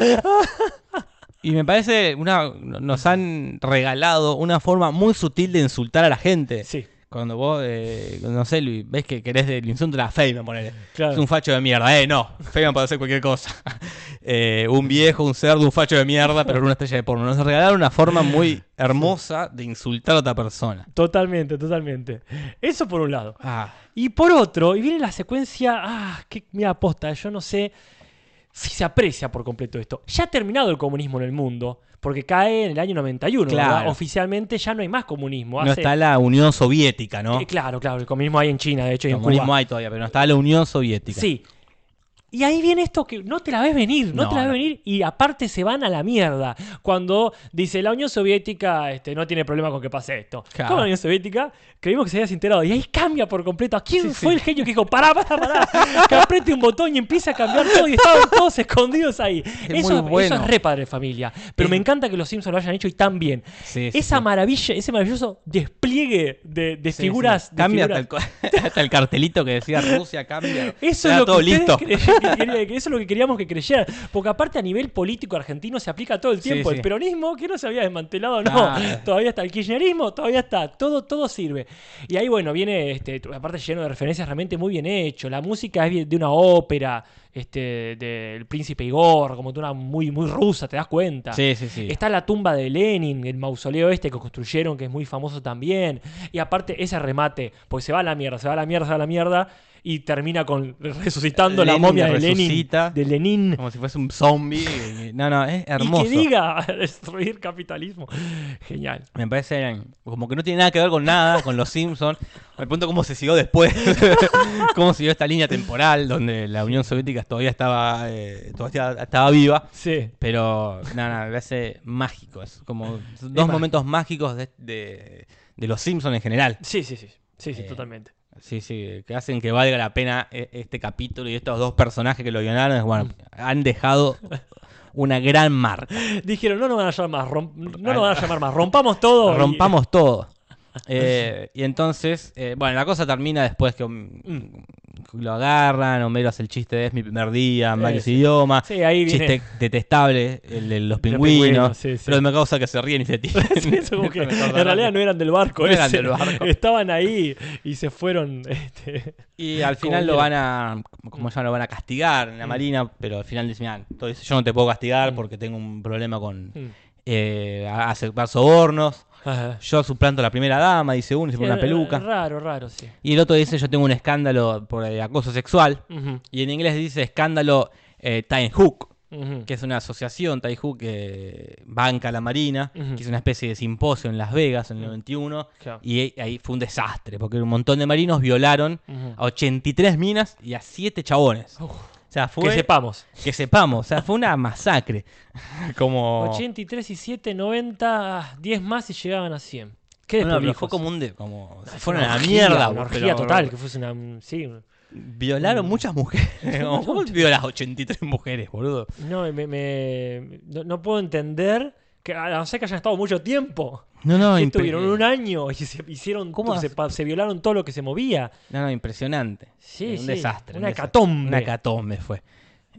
D: Y me parece, una, nos han regalado una forma muy sutil de insultar a la gente.
C: Sí.
D: Cuando vos, eh, no sé, Luis, ves que querés del insulto a Feynman, ponele.
C: Claro.
D: Es un facho de mierda, eh, no. Feynman puede hacer cualquier cosa. (laughs) Eh, un viejo, un cerdo, un facho de mierda, pero era una estrella de porno. Nos regalaron una forma muy hermosa de insultar a otra persona.
C: Totalmente, totalmente. Eso por un lado.
D: Ah,
C: Y por otro, y viene la secuencia, ah, que mira aposta, yo no sé si se aprecia por completo esto. Ya ha terminado el comunismo en el mundo, porque cae en el año 91, ¿verdad?
D: Claro.
C: Oficialmente ya no hay más comunismo.
D: no
C: Hace-
D: está la Unión Soviética, ¿no?
C: Eh, claro, claro, el comunismo hay en China, de hecho, y en
D: comunismo
C: Cuba.
D: hay todavía, pero no está la Unión Soviética.
C: Sí. Y ahí viene esto que no te la ves venir, no,
D: No,
C: te la ves
D: no.
C: venir y aparte se van a la mierda. Cuando dice la Unión Soviética este, no tiene problema con que pase esto.
D: Claro.
C: Como la Unión Soviética creímos que se había enterado y ahí cambia por completo. ¿A quién
D: Sí,
C: fue
D: sí.
C: el genio que dijo pará, pará, pará? Que apriete un botón y empieza a cambiar todo y estaban todos escondidos ahí.
D: Es
C: eso,
D: muy
C: eso
D: bueno.
C: es re padre de familia. Pero
D: Es-
C: me encanta que los Simpsons lo hayan hecho y tan bien.
D: Sí, sí,
C: Esa
D: sí.
C: maravilla, ese maravilloso despliegue de, de
D: Sí, sí.
C: figuras. de
D: Cambia
C: figuras.
D: hasta el co- (laughs) hasta el cartelito que decía Rusia, cambia.
C: Eso
D: Era
C: es, lo
D: todo
C: que ustedes (laughs)
D: listo.
C: crey- que quería- que eso es lo que queríamos que creyeran. Porque aparte a nivel político argentino se aplica todo el
D: Sí,
C: tiempo. El
D: sí.
C: peronismo, que no se había desmantelado, no.
D: Claro.
C: Todavía está el kirchnerismo, todavía está. Todo, todo sirve. Y ahí, bueno, viene, este, aparte lleno de referencias realmente muy bien hecho. La música es bien- de una ópera, este, del príncipe Igor, como de una muy, muy rusa, te das cuenta.
D: Sí, sí, sí.
C: Está la tumba de Lenin, el mausoleo este que construyeron, que es muy famoso también. Y aparte, ese remate, pues se va a la mierda, se va a la mierda, se va a la mierda. Y termina con (laughs) resucitando la
D: Lenin
C: momia de Lenin.
D: resucita.
C: De Lenin.
D: Como si fuese un zombie. No, no, es hermoso.
C: Y que diga (laughs) destruir capitalismo. Genial.
D: Me parece como que no tiene nada que ver con nada, con los Simpsons. Me pregunto cómo se siguió después. (laughs) cómo siguió esta línea temporal donde la Unión Soviética todavía estaba, eh, todavía estaba viva.
C: Sí.
D: Pero nada, me parece mágico. Es como dos
C: mágico.
D: momentos mágicos de, de- de los Simpsons en general.
C: Sí, sí, sí. Sí, sí,
D: Eh,
C: totalmente.
D: Sí, sí, que hacen que valga la pena e- este capítulo y estos dos personajes que lo guionaron. Bueno, han dejado una gran marca.
C: Dijeron, no nos van a llamar más, romp- no nos van a llamar más, rompamos todo. y-
D: Rompamos
C: (laughs)
D: todo. Eh, y entonces, eh, bueno, la cosa termina después que mm, lo agarran, Homero hace el chiste de es mi primer día en
C: Eh,
D: varios
C: sí.
D: idiomas.
C: Sí, ahí viene.
D: Chiste detestable, el de los
C: pingüinos,
D: pingüinos.
C: sí, sí.
D: Pero me causa que se ríen
C: (laughs)
D: y se tiran.
C: (laughs) Sí, eso
D: (laughs)
C: como que
D: Me causa
C: en realidad
D: gracia.
C: no eran del barco,
D: No eran
C: ese.
D: del barco.
C: estaban ahí y se fueron. este, (laughs)
D: Y al
C: como
D: final lo van
C: quiera. Mm.
D: a, como ya lo van a castigar en la marina, pero al final dicen, "Ah, todo eso yo no te puedo castigar porque tengo un problema con
C: Mm.
D: eh, a- aceptar sobornos.
C: Ajá.
D: Yo suplanto a la primera dama, dice uno, y se pone una
C: Eh,
D: peluca.
C: Raro, raro, sí.
D: Y el otro dice, yo tengo un escándalo por eh, acoso sexual.
C: Ujú,
D: Y en inglés dice escándalo eh, Time Hook,
C: ujú.
D: que es una asociación, Tai Hook, que banca la Marina,
C: Ujú.
D: que hizo una especie de simposio en Las Vegas en el
C: Ujú.
D: 91.
C: Claro.
D: Y ahí- ahí fue un desastre, porque un montón de marinos violaron
C: Ujú.
D: a 83 minas y a 7 chabones.
C: Uf,
D: O sea, fue...
C: que sepamos.
D: que sepamos, o sea, fue una
C: (laughs)
D: masacre. Como...
C: 83 y 7, 90, 10 más y llegaban a 100. Qué
D: No, no, pero
C: desprolijos.
D: fue como un... De, como... se
C: Fue
D: fueron
C: una
D: a la
C: orgía,
D: mierda.
C: Una orgía
D: pero-
C: total, que fuese una. mm, Sí.
D: Violaron muchas mujeres. (laughs)
C: (laughs)
D: Como, ¿Cómo violas 83 mujeres, boludo?
C: No, me, me- no, no puedo entender. Que, a no ser que hayan estado mucho tiempo.
D: No, no,
C: que
D: impre-
C: estuvieron un año y se hicieron.
D: ¿Cómo
C: todo, se,
D: hace-
C: pa- se violaron todo lo que se movía.
D: no, no, impresionante.
C: Sí,
D: un
C: sí,
D: desastre.
C: una
D: un desastre.
C: hecatombe.
D: Una hecatombe fue.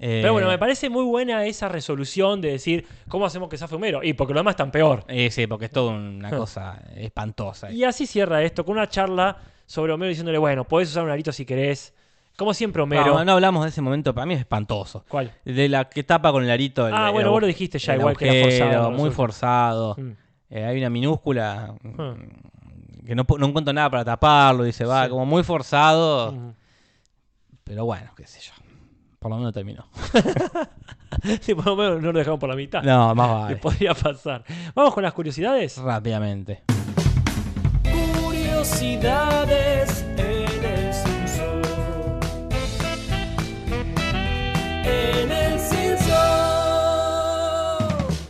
D: Eh,
C: Pero bueno, me parece muy buena esa resolución de decir, ¿cómo hacemos que sea fumero? Y porque lo demás tan peor.
D: eh, sí, porque es
C: (laughs)
D: toda una cosa espantosa.
C: Y así cierra esto, con una charla sobre Homero diciéndole, bueno, podés usar un arito si querés. Como siempre,
D: No,
C: Homero.
D: no hablamos de ese momento, para mí es espantoso.
C: ¿Cuál?
D: De la que tapa con el arito. el-
C: Ah,
D: el
C: bueno,
D: agu-
C: vos lo dijiste ya,
D: el
C: igual que era
D: agujero,
C: forzado,
D: Muy
C: resulta.
D: forzado.
C: Mm.
D: Eh, hay una minúscula mm,
C: Ah.
D: que no, po- no encuentro nada para taparlo. Dice, va,
C: Sí. Mm.
D: como muy forzado.
C: Ujú.
D: Pero bueno, qué sé yo. Por lo menos terminó.
C: (laughs) Sí, por lo menos no lo dejamos por la mitad.
D: No, más vale.
C: Que podría pasar. Vamos con las curiosidades.
D: Rápidamente.
A: Curiosidades en el Simpson. En el Simpson.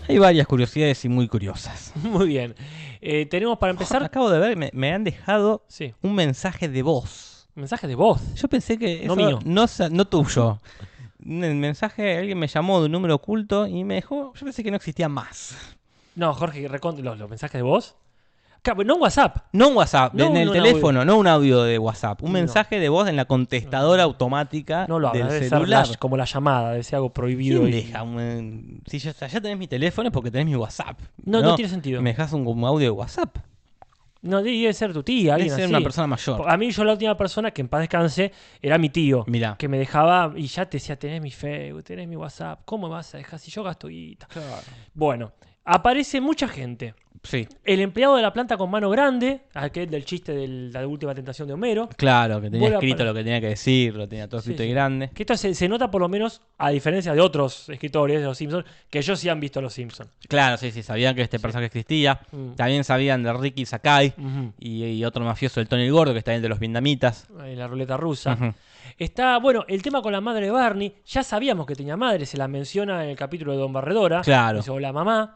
D: Hay varias curiosidades y muy curiosas.
C: (laughs) Muy bien. Eh, tenemos para empezar.
D: Acabo de ver, me, me han dejado
C: Sí,
D: un mensaje de voz.
C: mensaje de voz.
D: Yo pensé que
C: No
D: eso
C: mío.
D: no, sa- no tuyo. El mensaje, alguien me llamó de un número oculto y me dejó. Yo pensé que no existía más.
C: No, Jorge, recont- los, los mensajes de voz. Claro, No en WhatsApp.
D: No un WhatsApp,
C: No,
D: en el
C: no un
D: teléfono, no un audio de WhatsApp. Un
C: No.
D: mensaje de voz en la contestadora automática
C: No lo habla,
D: del
C: debe ser
D: celular.
C: la- como la llamada, debe ser algo prohibido.
D: ¿Quién
C: y-
D: deja un- si ya, ya tenés mi teléfono es porque tenés mi WhatsApp.
C: No, no tiene sentido.
D: Me dejas un, un audio de WhatsApp.
C: No, debe ser tu tía,
D: Debe
C: alguien
D: ser
C: así.
D: una persona mayor.
C: A mí yo la última persona que en paz descanse era mi tío.
D: Mirá.
C: Que me dejaba y ya te decía, tenés mi Facebook, tenés mi WhatsApp, ¿cómo me vas a dejar si yo gasto guita? Bueno, aparece mucha gente.
D: Sí.
C: El empleado de la planta con mano grande, aquel del chiste de la última tentación de Homero.
D: Claro, que tenía
C: Vuela
D: escrito
C: para-
D: lo que tenía que decir, lo tenía todo
C: Sí,
D: escrito y
C: sí.
D: grande.
C: Que esto se, se nota por lo menos, a diferencia de otros escritores de Los Simpsons, que ellos sí han visto Los Simpsons.
D: Claro, sí, sí, sabían que este personaje existía.
C: Mm.
D: También sabían de Ricky Sakai
C: Ujú.
D: y, y otro mafioso, el Tony el Gordo, que está el de los vietnamitas.
C: Ahí La ruleta rusa.
D: Ujú.
C: Está, bueno, el tema con la madre de Barney, ya sabíamos que tenía madre, se la menciona en el capítulo de Don Barredora.
D: Claro.
C: Dice, "Hola, mamá.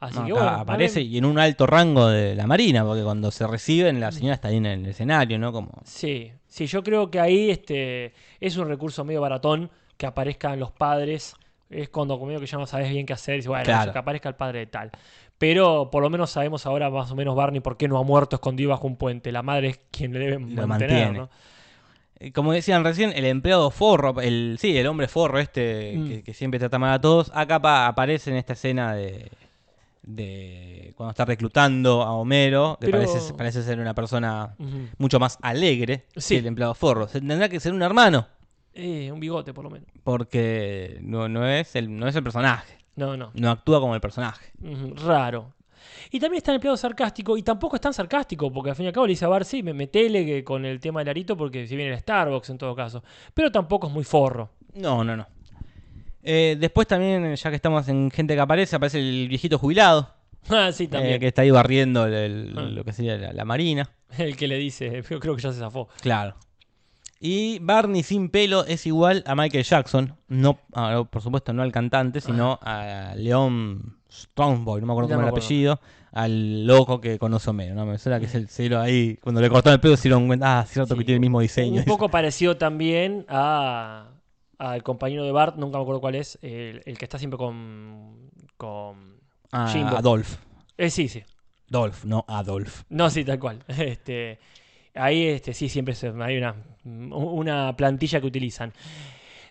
C: Así
D: No,
C: que
D: acá
C: bueno,
D: aparece
C: también-
D: y en un alto rango de la Marina, porque cuando se reciben la señora está ahí en el escenario, ¿no? Como
C: Sí, sí, yo creo que ahí este, es un recurso medio baratón que aparezcan los padres. Es cuando conmigo que ya no sabes bien qué hacer. y dices, bueno,
D: Claro.
C: que aparezca el padre de tal. Pero por lo menos sabemos ahora más o menos Barney por qué no ha muerto escondido bajo un puente. La madre es quien le debe mantener,
D: mantiene.
C: ¿no?
D: Eh, Como decían recién, el empleado forro, el, sí, el hombre forro este
C: Mm.
D: que, que siempre trata mal a todos, acá pa- aparece en esta escena de, de cuando está reclutando a Homero, que
C: Pero-
D: parece, parece ser una persona
C: Ujú.
D: mucho más alegre
C: Sí.
D: que el empleado forro. Se- Tendrá que ser un hermano,
C: Eh, un bigote por lo menos.
D: porque no, no, es el, no es el personaje,
C: No, no.
D: no actúa como el personaje.
C: Ujú, Raro. Y también está el empleado sarcástico, y tampoco es tan sarcástico, porque al fin y al cabo le dice a Bar, sí, me metele que con el tema del arito, porque si viene el Starbucks en todo caso. Pero tampoco es muy forro. (laughs)
D: No, no, no. Eh, después también, ya que estamos en gente que aparece, aparece el viejito jubilado,
C: Ah, sí, también.
D: eh, que está ahí barriendo el- el-
C: Ah.
D: lo que sería la- la marina.
C: (laughs) El que le dice, yo creo que ya se zafó.
D: Claro. Y Barney sin pelo es igual a Michael Jackson. No, ah, no, por supuesto, no al cantante, sino a León Strongboy, no me acuerdo
C: Ah. Ya
D: cómo
C: me
D: era el
C: acuerdo.
D: apellido. Al loco que conoce Homero, ¿no? Me suena que es el cero ahí. Cuando le cortaron el pelo se dieron cuenta, ah, cierto
C: Sí,
D: que tiene el mismo diseño.
C: Un poco parecido también a al compañero de Bart, nunca me acuerdo cuál es, el, el que está siempre con. con.
D: (laughs) Ah,
C: Jimbo.
D: Adolf.
C: Eh, sí, sí.
D: Dolph, no Adolf.
C: No, sí, tal cual. (laughs) Este, ahí este, sí, siempre se- hay una, una plantilla que utilizan.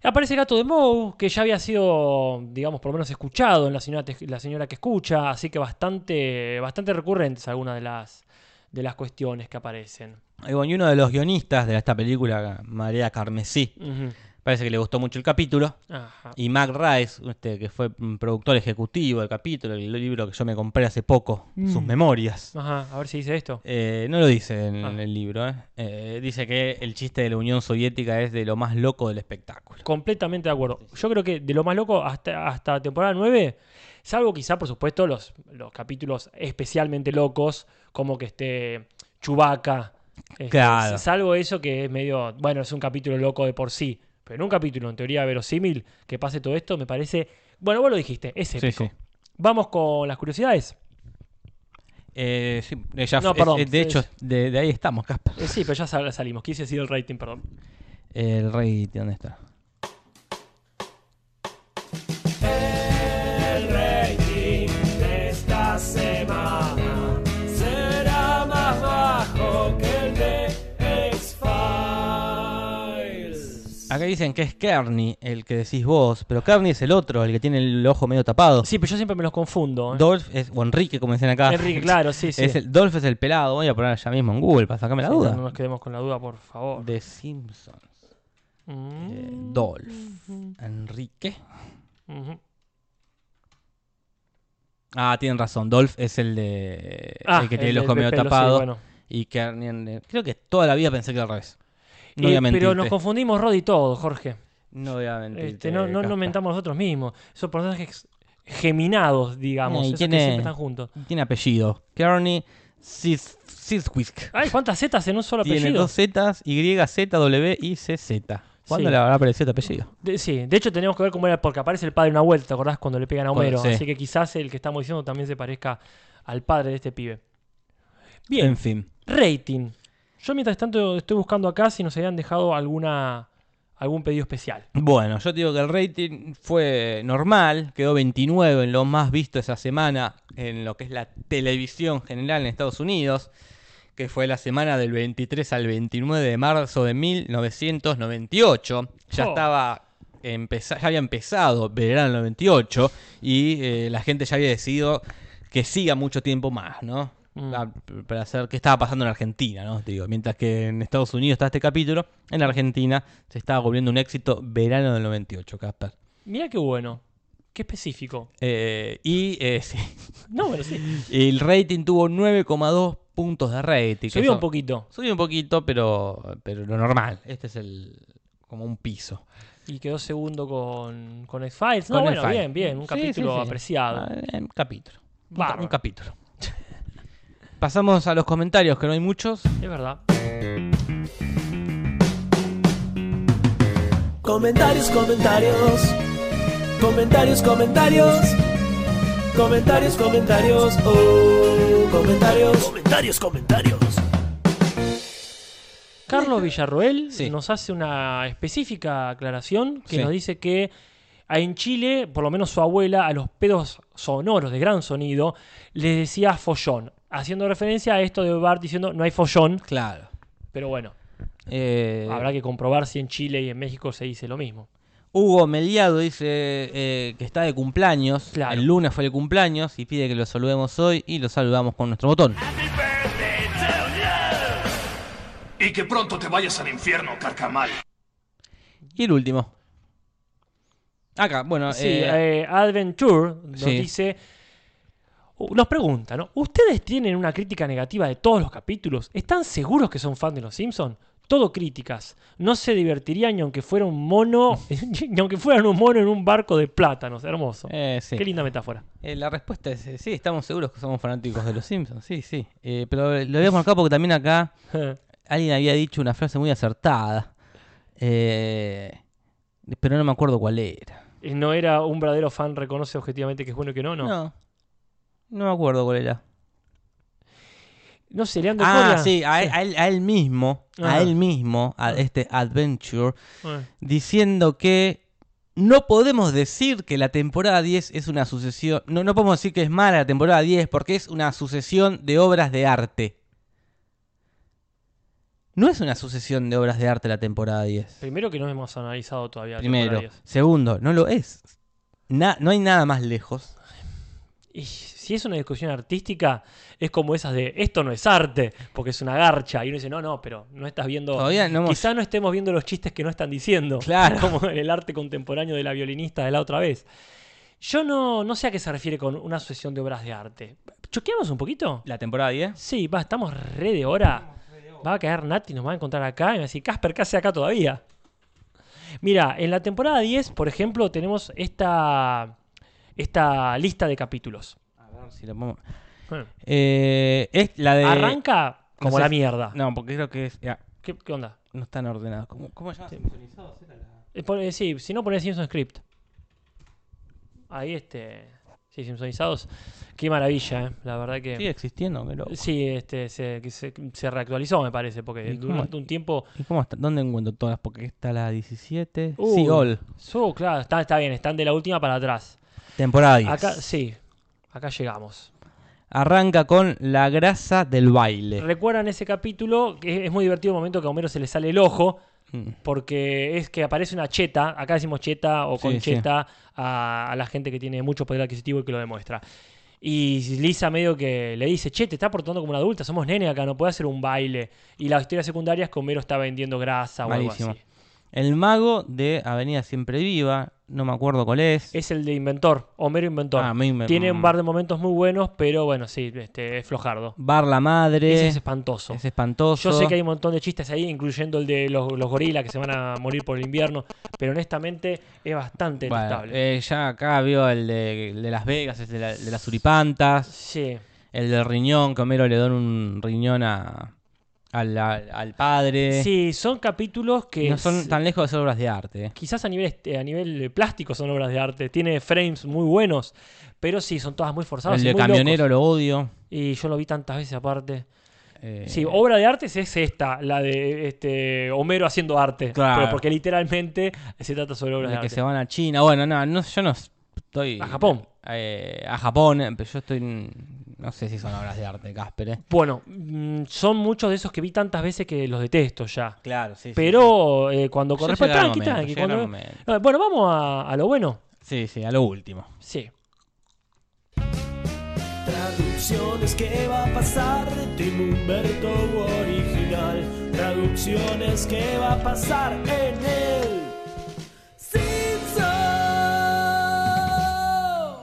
C: Aparece el gato de Moe, que ya había sido, digamos, por lo menos escuchado en la señora, Te- la señora que escucha, así que bastante, bastante recurrentes algunas de las, de las cuestiones que aparecen.
D: Y bueno, y uno de los guionistas de esta película, María Carmesí,
C: Ujú.
D: parece que le gustó mucho el capítulo.
C: Ajá.
D: Y Mac Rice, este, que fue mm, productor ejecutivo del capítulo, el libro que yo me compré hace poco, sus memorias.
C: Ajá, a ver si dice esto.
D: Eh, no lo dice en
C: Ah.
D: el libro, ¿eh? Eh, Dice que el chiste de la Unión Soviética es de lo más loco del espectáculo.
C: Completamente de acuerdo. Yo creo que de lo más loco hasta, hasta temporada 9, salvo quizá, por supuesto, los, los capítulos especialmente locos, como que esté Chubaca.
D: Claro.
C: Salvo eso que es medio, bueno, es un capítulo loco de por sí, pero en un capítulo en teoría verosímil que pase todo esto, me parece, bueno, vos lo dijiste, es
D: Sí,
C: épico.
D: sí.
C: Vamos con las curiosidades.
D: Eh, sí, eh, ya
C: No,
D: fue-
C: perdón,
D: eh, de
C: es-
D: hecho, de, de ahí estamos, Casper.
C: Eh, sí, pero ya sal- salimos. Quise decir el rating, perdón.
D: El rey, ¿dónde está?
A: El rating de esta semana será más bajo que el de X-Files.
D: Acá dicen que es Kearney el que decís vos, pero Kearney es el otro, el que tiene el ojo medio tapado.
C: Sí, pero yo siempre me los confundo. ¿eh?
D: Dolph es, o Enrique, como dicen acá.
C: Enrique, claro, sí, sí.
D: Ah, Es el, Dolph es el pelado, voy a poner ya mismo en Google para sacarme la
C: Sí,
D: duda.
C: No, no nos quedemos con la duda, por favor.
D: The Simpsons.
C: Mm,
D: Eh, Dolph. Enrique.
C: ujú.
D: Ah, tienen razón. Dolph es el de.
C: Ah,
D: el que tiene
C: el
D: el ojo
C: del
D: medio
C: pelo, sí,
D: tapado.
C: bueno.
D: Y Kearney. en- eh, Creo que toda la vida pensé que era al revés. No
C: Eh,
D: voy a mentir.
C: pero nos confundimos Rod y todo, Jorge.
D: No voy a mentir.
C: Este, no, no, no mentamos nosotros mismos. Son personajes geminados, digamos.
D: Eh, y
C: esos
D: tiene-
C: que siempre están juntos.
D: Tiene apellido. Kearney Sis- Siswick.
C: Ay, ¿cuántas Zetas en un solo
D: Tiene
C: apellido?
D: dos Zetas, Y, Z, W y CZ. ¿Cuándo
C: Sí.
D: le habrá aparecido este apellido?
C: De- sí, de hecho tenemos que ver cómo era, porque aparece el padre una vuelta, ¿te acordás? Cuando le pegan a
D: Cuando-
C: Homero.
D: sí.
C: Así que quizás el que estamos diciendo también se parezca al padre de este pibe. Bien,
D: En fin.
C: rating. Yo mientras tanto estoy buscando acá si nos habían dejado alguna algún pedido especial.
D: Bueno, yo te digo que el rating fue normal, quedó 29 en lo más visto esa semana en lo que es la televisión general en Estados Unidos, que fue la semana del 23 al 29 de marzo de 1998. Ya
C: Oh.
D: estaba empeza- ya había empezado verano del 98 y eh, la gente ya había decidido que siga mucho tiempo más, ¿no?
C: Mm.
D: Ah, p- para hacer qué estaba pasando en Argentina, ¿no? Te digo, mientras que en Estados Unidos está este capítulo, en Argentina se estaba volviendo un éxito verano del 98, Casper.
C: Mira qué bueno. Qué específico.
D: Eh, y eh, (laughs) sí,
C: No,
D: (laughs)
C: pero sí.
D: el rating tuvo 9,2 puntos de rating. que
C: Subió un
D: son-
C: poquito.
D: Subió un poquito, pero, pero lo normal. Este es el como un piso.
C: Y quedó segundo con, con X-Files. No,
D: Con
C: bueno,
D: X-Files.
C: bien, bien. Un
D: Sí,
C: capítulo
D: sí, sí.
C: apreciado.
D: Ah, eh, un capítulo. Un ca-
C: Bárbaro.
D: Un capítulo. (laughs) Pasamos a los comentarios, que no hay muchos.
C: Es verdad.
A: Comentarios, comentarios. Comentarios, comentarios. Comentarios, comentarios. Oh, comentarios. Comentarios, comentarios.
C: Carlos Villarroel
D: Sí.
C: nos hace una específica aclaración que
D: Sí.
C: nos dice que a- en Chile, por lo menos su abuela, a los pedos sonoros de gran sonido, les decía follón, haciendo referencia a esto de Bart diciendo no hay follón,
D: Claro.
C: pero bueno,
D: Eh,
C: habrá que comprobar si en Chile y en México se dice lo mismo.
D: Hugo Meliado dice eh, que está de cumpleaños.
C: Claro.
D: El lunes fue el cumpleaños y pide que lo saludemos hoy y lo saludamos con nuestro botón.
B: Y que pronto te vayas al infierno, carcamal.
D: Y el último. Acá, bueno.
C: Sí,
D: eh,
C: eh, Adventure nos
D: sí.
C: dice. u- Nos pregunta, ¿no? ¿Ustedes tienen una crítica negativa de todos los capítulos? ¿Están seguros que son fan de los Simpsons? Todo críticas. No se divertirían ni aunque fuera un mono. (laughs) ni aunque fueran un mono en un barco de plátanos. Hermoso.
D: eh, sí.
C: Qué linda metáfora. (laughs)
D: Eh, la respuesta es eh, sí, estamos seguros que somos fanáticos de los Simpsons, sí, sí. Eh, pero lo habíamos acá porque también acá alguien había dicho una frase muy acertada. Eh, pero no me acuerdo cuál era.
C: Y no era un verdadero fan, reconoce objetivamente que es bueno y que no, no.
D: No.
C: No,
D: No, me acuerdo cuál era.
C: sé, Leandro
D: Ah,
C: Coria.
D: sí, a, él- a él, a él mismo,
C: Ah.
D: a él mismo, a este Adventure,
C: Eh.
D: diciendo que no podemos decir que la temporada 10 es una sucesión, no, no podemos decir que es mala la temporada 10 porque es una sucesión de obras de arte. No es una sucesión de obras de arte la temporada 10.
C: Primero que no hemos analizado todavía. la
D: Primero.
C: temporada
D: Segundo, no lo es. Na- no hay nada más lejos.
C: 10. Y si es una discusión artística, es como esas de esto no es arte, porque es una garcha. Y uno dice, no, no, pero no estás viendo.
D: Todavía no hemos...
C: Quizá no estemos viendo los chistes que no están diciendo. (laughs)
D: Claro.
C: Como en el arte contemporáneo de la violinista de la otra vez. Yo no, no sé a qué se refiere con una sucesión de obras de arte. ¿Choqueamos un poquito?
D: ¿La temporada 10?
C: Sí, va, estamos re de hora. Va a caer Nati, nos va a encontrar acá y me va a decir, Casper, ¿qué hace acá todavía? Mira, en la temporada 10, por ejemplo, tenemos esta, esta lista de capítulos.
D: A ver si la pongo-
C: Eh,
D: Eh, es la de...
C: Arranca
D: no
C: como
D: sé
C: la
D: si-
C: mierda.
D: No, porque creo que es... ya,
C: ¿Qué, qué onda?
D: no están ordenados. ¿Cómo, cómo se llama? Sincronizados, era la-
C: Eh, pon- eh, sí, si no pones Simpson Script. Ahí este. Sí, Simpsonizados. Qué maravilla, eh, la verdad que.
D: Sigue existiendo, qué loco.
C: Sí, este, se, que se- se reactualizó, me parece, porque
D: ¿Y cómo?
C: durante un tiempo.
D: ¿Y cómo está? ¿Dónde encuentro todas? Porque está la 17.
C: Uh,
D: sí, All.
C: so, claro, está, está bien, están de la última para atrás.
D: Temporada 10.
C: Acá, sí, acá llegamos.
D: Arranca con la grasa del baile.
C: ¿Recuerdan ese capítulo? Que es muy divertido el momento que a Homero se le sale el ojo,
D: Mm.
C: porque es que aparece una cheta, acá decimos cheta o
D: Sí,
C: con
D: sí.
C: cheta a, a la gente que tiene mucho poder adquisitivo y que lo demuestra. Y Lisa medio que le dice, che, te estás portando como una adulta, somos nene acá, no puedes hacer un baile. Y la historia secundaria es que Homero está vendiendo grasa o
D: Malísimo.
C: algo así.
D: El mago de Avenida Siempre Viva. No me acuerdo cuál es.
C: Es el de Inventor, Homero Inventor.
D: Ah, me- me-
C: Tiene un par de momentos muy buenos, pero bueno, sí, este, es flojardo.
D: Bar la madre.
C: Ese es espantoso.
D: Es espantoso.
C: Yo sé que hay un montón de chistes ahí, incluyendo el de los, los gorilas que se van a morir por el invierno, pero honestamente es bastante
D: Bueno,
C: detestable.
D: eh, ya acá vio el de, el de Las Vegas, el de, la- el de las Uripantas.
C: Sí,
D: El del riñón, que Homero le don un riñón a, al, al- al padre.
C: sí, son capítulos que
D: eh, No son
C: s-
D: tan lejos de ser obras de arte. eh.
C: quizás a nivel, este- a nivel eh, plástico son obras de arte, tiene frames muy buenos, pero sí, son todas muy forzadas.
D: El
C: y
D: de
C: muy
D: camionero
C: locos.
D: lo odio.
C: Y yo lo vi tantas veces aparte.
D: eh,
C: Sí, obra de arte es esta, la de este, Homero haciendo arte.
D: Claro.
C: Pero porque literalmente se trata sobre obras de
D: de que
C: arte.
D: se van a China. Bueno, no, no yo no estoy.
C: A Japón.
D: eh, a Japón, eh, pero yo estoy. en- No sé si son obras de arte, Casper. eh.
C: Bueno, mm, son muchos de esos que vi tantas veces que los detesto ya.
D: Claro, sí. sí, sí.
C: Pero eh, cuando
D: Ya
C: corresponde.
D: llegará el
C: Tranqui,
D: momento,
C: tranqui,
D: llegará
C: cuando-
D: el momento.
C: Ah, Bueno, vamos a, a lo bueno.
D: Sí, sí, a lo último.
C: Sí.
A: Traducciones que va a pasar de Tim Humberto original. Traducciones que va a pasar en el Simpson.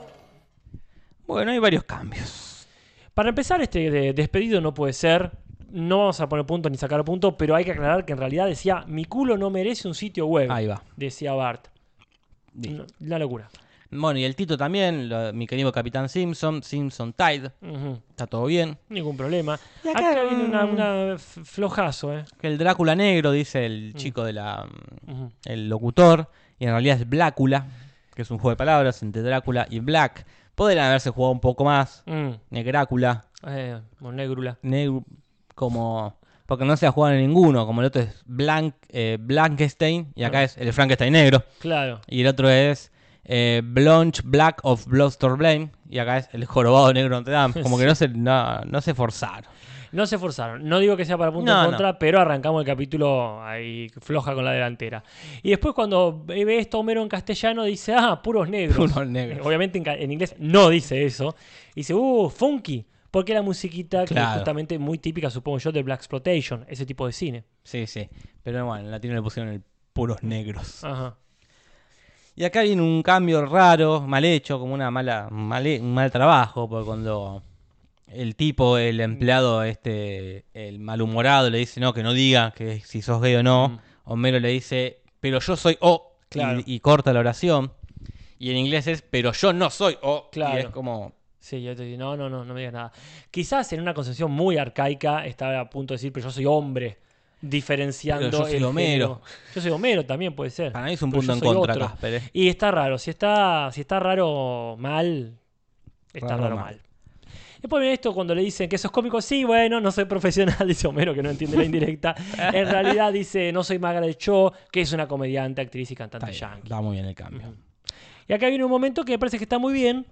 D: Bueno, hay varios cambios.
C: Para empezar, este de- despedido no puede ser. No vamos a poner punto ni sacar punto, pero hay que aclarar que en realidad decía: Mi culo no merece un sitio web.
D: Ahí va.
C: Decía Bart.
D: Listo.
C: No, la locura.
D: Bueno, y el Tito también, lo- mi querido Capitán Simpson, Simpson Tide,
C: Ujú.
D: está todo bien.
C: Ningún problema.
D: Y
C: acá,
D: acá,
C: viene una,
D: mm.
C: una f- flojazo, ¿eh?
D: Que el Drácula negro, dice el
C: Mm.
D: chico de la...
C: Ujú.
D: el locutor, y en realidad es Blácula, que es un juego de palabras entre Drácula y Black. Podrían haberse jugado un poco más.
C: Mm.
D: Negrácula,
C: Eh, monégrula.
D: negro, como... Porque no se ha jugado en ninguno, como el otro es Blank, eh, Blankstein, y acá es el Frankenstein negro.
C: Claro.
D: Y el otro es eh, Blanche Black of Bluster Blame. Y acá es el jorobado negro de Notre Dame. Como que no se, no, no se forzaron.
C: No se forzaron. No digo que sea para punto
D: No,
C: en
D: no.
C: contra, pero arrancamos el capítulo ahí floja con la delantera. Y después cuando ve esto Homero en castellano dice, ah, puros negros.
D: Puros
C: (laughs)
D: negros.
C: Obviamente en, ca- en inglés no dice eso. Dice, uh, funky. Porque la musiquita que es
D: Claro.
C: justamente muy típica, supongo yo, del Black Exploitation, ese tipo de cine.
D: Sí, sí. Pero bueno, en latino le pusieron el puros negros.
C: Ajá.
D: Y acá viene un cambio raro, mal hecho, como una mala, un mal, un mal trabajo, porque cuando el tipo,
C: Mm.
D: el empleado, este, el malhumorado, le dice no, que no diga que si sos gay o no, Homero le dice, pero yo soy o, y-
C: Mm. Claro.
D: y, corta la oración. Y en inglés es, pero yo no soy o.
C: Claro.
D: Y es como,
C: Sí, yo te digo, no, no, no, no me digas nada. Quizás en una concepción muy arcaica estaba a punto de decir, pero yo soy hombre, diferenciando.
D: Pero yo soy
C: el
D: Homero.
C: género. Yo soy Homero también, puede ser.
D: Para mí es un
C: Pero
D: punto
C: yo
D: en
C: soy
D: contra,
C: otro.
D: Casper, eh.
C: Y está raro, si está, si está raro mal, está raro,
D: Raro
C: mal.
D: mal.
C: Después viene esto cuando le dicen que sos cómico, sí, bueno, no soy profesional, (laughs) dice Homero, que no entiende la indirecta. En realidad dice, no soy Magra del Cho, que es una comediante, actriz y
D: está,
C: cantante
D: bien,
C: yankee.
D: está muy bien el
C: Mm.
D: cambio.
C: Y acá viene un momento que me parece que está muy bien,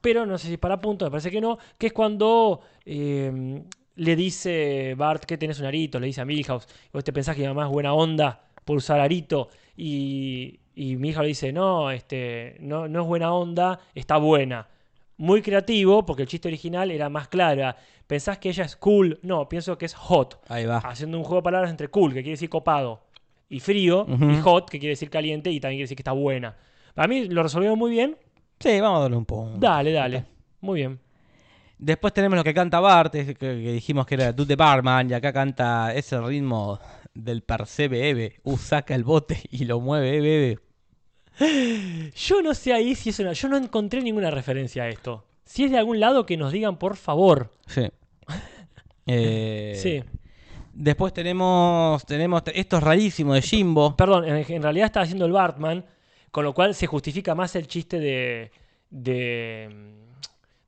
C: pero no sé si para punto, me parece que no, que es cuando eh, le dice Bart que tenés un arito, le dice a Milhouse, vos te pensás que mi mamá es buena onda por usar arito, y, y Milhouse le dice, no, este, no, no es buena onda, está buena. Muy creativo, porque el chiste original era más clara. ¿Pensás que ella es cool? No, pienso que es hot
D: Ahí va.
C: haciendo un juego de palabras entre cool, que quiere decir copado, y frío,
D: Ujú.
C: y hot, que quiere decir caliente, y también quiere decir que está buena. Para mí lo resolvieron muy bien.
D: Sí, vamos a darle un punto.
C: Dale, dale. Muy bien.
D: Después tenemos lo que canta Bart, es que, que dijimos que era Dude the Barman, y acá canta ese ritmo del Percebe Eve. Uh, saca el bote y lo mueve Eve, Eve.
C: Yo no sé ahí si es una. Yo no encontré ninguna referencia a esto. Si es de algún lado, que nos digan, por favor.
D: Sí. Eh,
C: Sí.
D: Después tenemos, tenemos, esto es rarísimo de Jimbo.
C: Perdón, en, en realidad estaba haciendo el Bartman, con lo cual se justifica más el chiste de. de.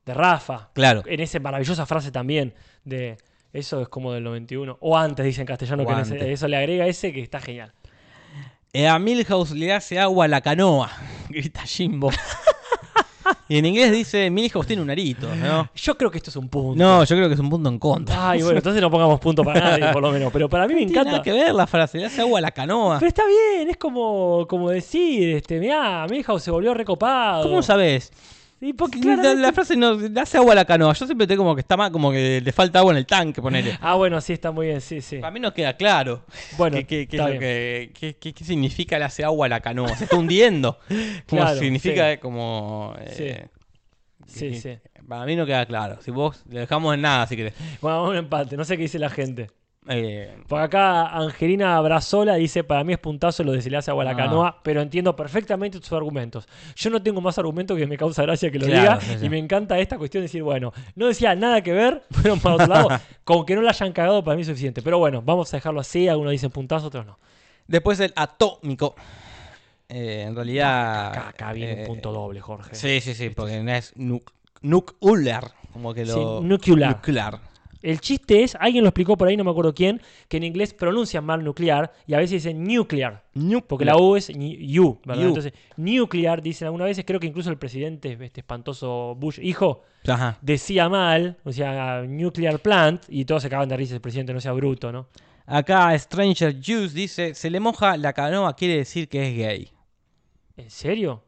C: de Rafa.
D: Claro.
C: En esa maravillosa frase también de. Eso es como del 91. O antes, dice en castellano,
D: O
C: que en ese-
D: antes.
C: eso le agrega ese que está genial.
D: Eh, a Milhouse le hace agua a la canoa, (laughs) grita Jimbo. y en inglés dice, Milhouse tiene un arito, ¿no?
C: Yo creo que esto es un punto.
D: No, yo creo que es un punto en contra.
C: Ay, bueno, entonces no pongamos punto para
D: (laughs)
C: nadie, por lo menos. Pero para mí me
D: No tiene nada
C: encanta.
D: que ver la frase, le hace agua a la canoa.
C: Pero está bien, es como, como decir, este, mirá, mi hija se volvió recopado.
D: ¿Cómo sabes?
C: Y porque
D: Sí, la-
C: claramente-
D: La frase no le hace agua a la canoa. Yo siempre tengo como que está mal, como que le falta agua en el tanque, ponele.
C: Ah, bueno, sí, está muy bien, sí, sí.
D: Para mí no queda claro
C: Bueno,
D: qué, qué- qué es
C: está
D: lo
C: bien.
D: que- qué- qué- qué significa le hace agua a la canoa. Se
C: (laughs)
D: está hundiendo. Como
C: Claro,
D: significa
C: sí.
D: eh, como. eh,
C: Sí,
D: que-
C: sí.
D: Para mí no queda claro. Si vos le dejamos en nada, si querés.
C: Bueno, vamos a un empate, no sé qué dice la gente.
D: Eh,
C: Por acá Angelina Brazola dice, para mí es puntazo lo de si le hace agua a la
D: Ah.
C: canoa, pero entiendo perfectamente tus argumentos. Yo no tengo más argumentos que me causa gracia que lo
D: Claro,
C: diga,
D: sí,
C: y
D: sí.
C: me encanta esta cuestión de decir, bueno, no decía nada que ver, (laughs) pero para otro
D: (laughs)
C: lado, con que no la hayan cagado para mí es suficiente. Pero bueno, vamos a dejarlo así, algunos dicen puntazo, otros no.
D: después el atómico. Eh, en realidad.
C: Acá, acá viene un
D: eh,
C: punto doble, Jorge.
D: Sí, sí, sí, porque no es nuc- nuclear. Como que
C: Sí,
D: lo.
C: nuclear.
D: nuclear.
C: El chiste es, alguien lo explicó por ahí, no me acuerdo quién, que en inglés pronuncian mal nuclear y a veces dicen nuclear. Porque la U es ni- U, ¿verdad?
D: U.
C: Entonces, nuclear dicen algunas veces, creo que incluso el presidente, este espantoso Bush, hijo,
D: Ajá.
C: decía mal, o sea, nuclear plant, y todos se acaban de risa, el presidente no sea bruto, ¿no?
D: Acá Stranger Juice dice, se le moja la canoa, quiere decir que es gay.
C: ¿En serio?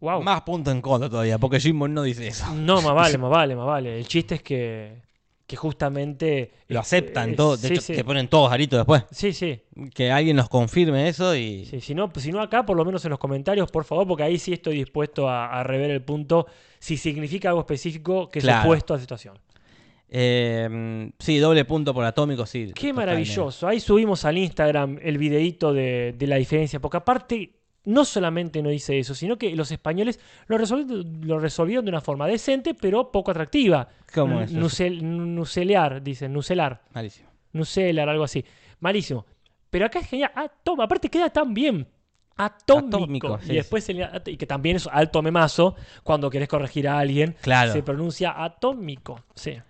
C: Wow.
D: Más punto en contra todavía, porque Jim Moon no dice eso.
C: No, más
D: (laughs)
C: vale, más vale, más vale. El chiste es que, que justamente.
D: Lo
C: eh,
D: aceptan
C: eh,
D: todos, de
C: Sí,
D: hecho
C: sí.
D: te ponen todos aritos después.
C: sí, sí.
D: Que alguien nos confirme eso y...
C: Sí, si, no, si no acá, por lo menos en los comentarios, por favor, porque ahí sí estoy dispuesto a, a rever el punto si significa algo específico que es
D: Claro.
C: opuesto a la situación.
D: Eh, sí, doble punto por atómico,
C: Qué
D: sí. totalmente.
C: maravilloso. Ahí subimos al Instagram el videíto de, de la diferencia, porque aparte no solamente no dice eso, sino que los españoles lo resolvieron, lo resolvieron de una forma decente, pero poco atractiva.
D: ¿Cómo es eso?
C: Nucel- nucelear, dicen, nucelar.
D: Malísimo.
C: Nucelar, algo así. Malísimo. Pero acá es genial. Atom- aparte queda tan bien. Atómico.
D: Atómico, sí,
C: y después se le- y que también es alto memazo cuando querés corregir a alguien.
D: Claro.
C: Se pronuncia atómico. Sí. Sí,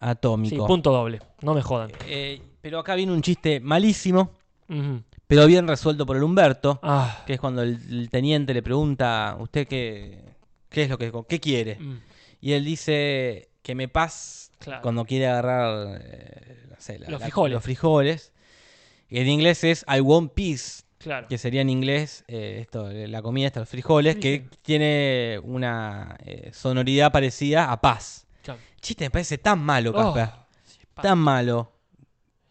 D: Atómico.
C: punto doble. No me jodan.
D: Eh, pero acá viene un chiste malísimo,
C: Ujú.
D: pero bien resuelto por el Humberto,
C: Ah.
D: que es cuando el, el teniente le pregunta, ¿usted qué, qué es lo que qué quiere?
C: Mm.
D: Y él dice que me paz
C: Claro.
D: cuando quiere agarrar eh, no sé, la-
C: Los
D: la-
C: frijoles.
D: los frijoles. Y en inglés es I want peace,
C: Claro.
D: que sería en inglés eh, esto, la comida, estos frijoles, que
C: Viste.
D: tiene una eh, sonoridad parecida a paz.
C: Claro.
D: Chiste, me parece tan malo,
C: Oh,
D: Casper.
C: sí, pa-
D: tan malo.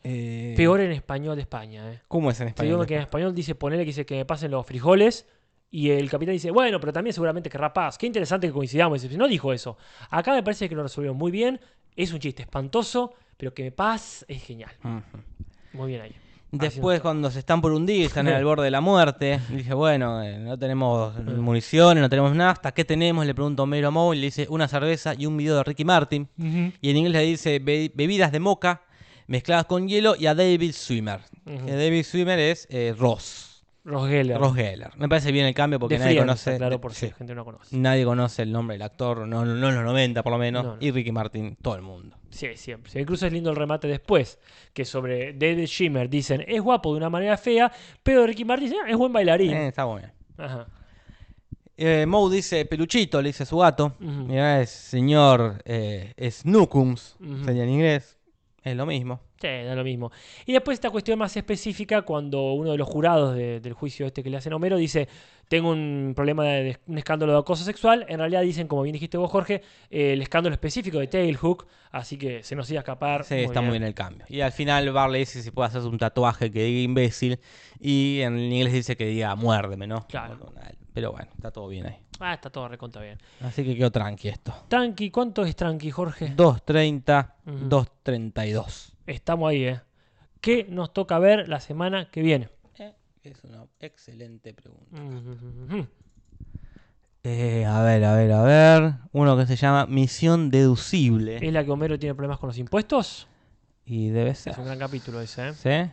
D: Eh,
C: Peor en español de España, eh.
D: ¿Cómo es en
C: Te digo
D: español?
C: que en español dice ponele que dice que me pasen los frijoles. Y el capitán dice, bueno, pero también seguramente que rapaz. Qué interesante que coincidamos. Dice, no dijo eso. Acá me parece que lo resolvieron muy bien. Es un chiste espantoso, pero que me paz es genial.
D: Ujú.
C: Muy bien ahí.
D: Después,
C: Haciendo-
D: cuando se están por hundir,
C: (laughs)
D: están al borde de la muerte, dije, bueno, eh, no tenemos municiones, no tenemos nada, ¿hasta qué tenemos? Le pregunto a Homero Moe, le dice una cerveza y un video de Ricky Martin.
C: Ujú.
D: Y en inglés le dice "Be- bebidas de moca mezcladas con hielo y a David Swimmer.
C: Ujú.
D: Que David Swimmer es eh, Ross.
C: Rosgeller.
D: Ross Geller. Me parece bien el cambio porque
C: de
D: nadie
C: Friends,
D: conoce.
C: Claro, por si
D: sí, Mm.
C: la gente no lo conoce.
D: Nadie conoce el nombre del actor, no, no en los 90 por lo menos.
C: No, no.
D: Y Ricky Martin, todo el mundo.
C: Sí, siempre. Sí, Incluso es lindo el remate después, que sobre David Shimmer dicen, es guapo de una manera fea, pero Ricky Martin dice, "Ah, es buen bailarín.
D: Eh, está bueno.
C: Ajá.
D: Eh, Moe dice peluchito, le dice su gato.
C: Ujú.
D: Mirá, es señor eh, Snookums,
C: Ujú.
D: sería en inglés. Es lo mismo.
C: Sí, da lo mismo. Y después esta cuestión más específica, cuando uno de los jurados de- del juicio este que le hacen a Homero dice, tengo un problema de, de- un escándalo de acoso sexual, en realidad dicen, como bien dijiste vos, Jorge, eh, el escándalo específico de Tailhook, así que se nos iba a escapar.
D: Sí, está muy bien el cambio. Y al final Bar le dice si puede hacerse un tatuaje que diga imbécil. Y en inglés dice que diga muérdeme, ¿no?
C: Claro.
D: Pero bueno, está todo bien ahí.
C: Ah, está todo recontra bien.
D: Así que quedó tranqui esto.
C: Tranqui, ¿cuánto es tranqui, Jorge?
D: 2.30,
C: Ujú.
D: 2.32.
C: Estamos ahí, ¿eh? ¿Qué nos toca ver la semana que viene?
D: Eh, Es una excelente pregunta.
C: Ujú.
D: Eh, a ver, a ver, a ver. Uno que se llama Misión Deducible.
C: ¿Es la que Homero tiene problemas con los impuestos?
D: Y debe ser.
C: Es un gran capítulo ese, ¿eh?
D: ¿Sí?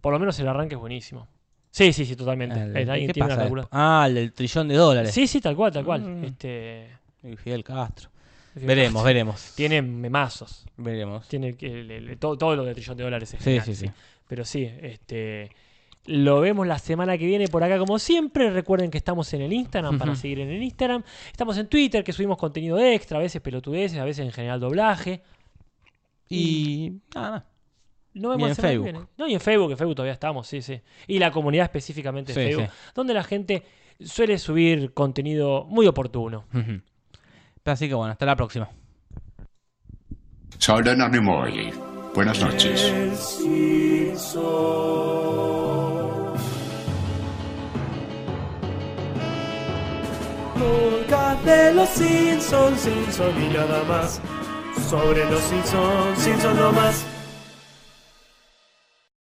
C: Por lo menos el arranque es buenísimo. Sí, sí, sí, totalmente.
D: El-
C: Eh,
D: ¿qué-
C: alguien
D: qué
C: tiene una
D: pasa
C: calcula-
D: después? Ah, el del trillón de dólares.
C: Sí, sí, tal cual, tal cual.
D: Mm.
C: Este,
D: Y Fidel Castro. Veremos, veremos.
C: Tiene memazos.
D: Veremos.
C: Tiene el- el- el- todo, todo lo de trillón de dólares. es
D: Sí,
C: genial,
D: sí, sí.
C: Pero sí, este. Lo vemos la semana que viene por acá, como siempre. Recuerden que estamos en el Instagram para
D: Ujú.
C: seguir en el Instagram. Estamos en Twitter, que subimos contenido extra, a veces pelotudeces, a veces en general doblaje.
D: Y nada más.
C: No
D: Y
C: vemos
D: en
C: la semana que
D: Facebook.
C: viene. No, y en Facebook, en Facebook todavía estamos, sí, sí. Y la comunidad específicamente de
D: Sí,
C: Facebook, donde la gente suele subir contenido muy oportuno.
D: Ujú. Así que bueno, hasta la próxima.
E: Soy Leonard Nimoy. Buenas noches.
A: Preciso. Nunca de los Simpsons, Simpson y nada más. Sobre los Simpsons, Simpson no más.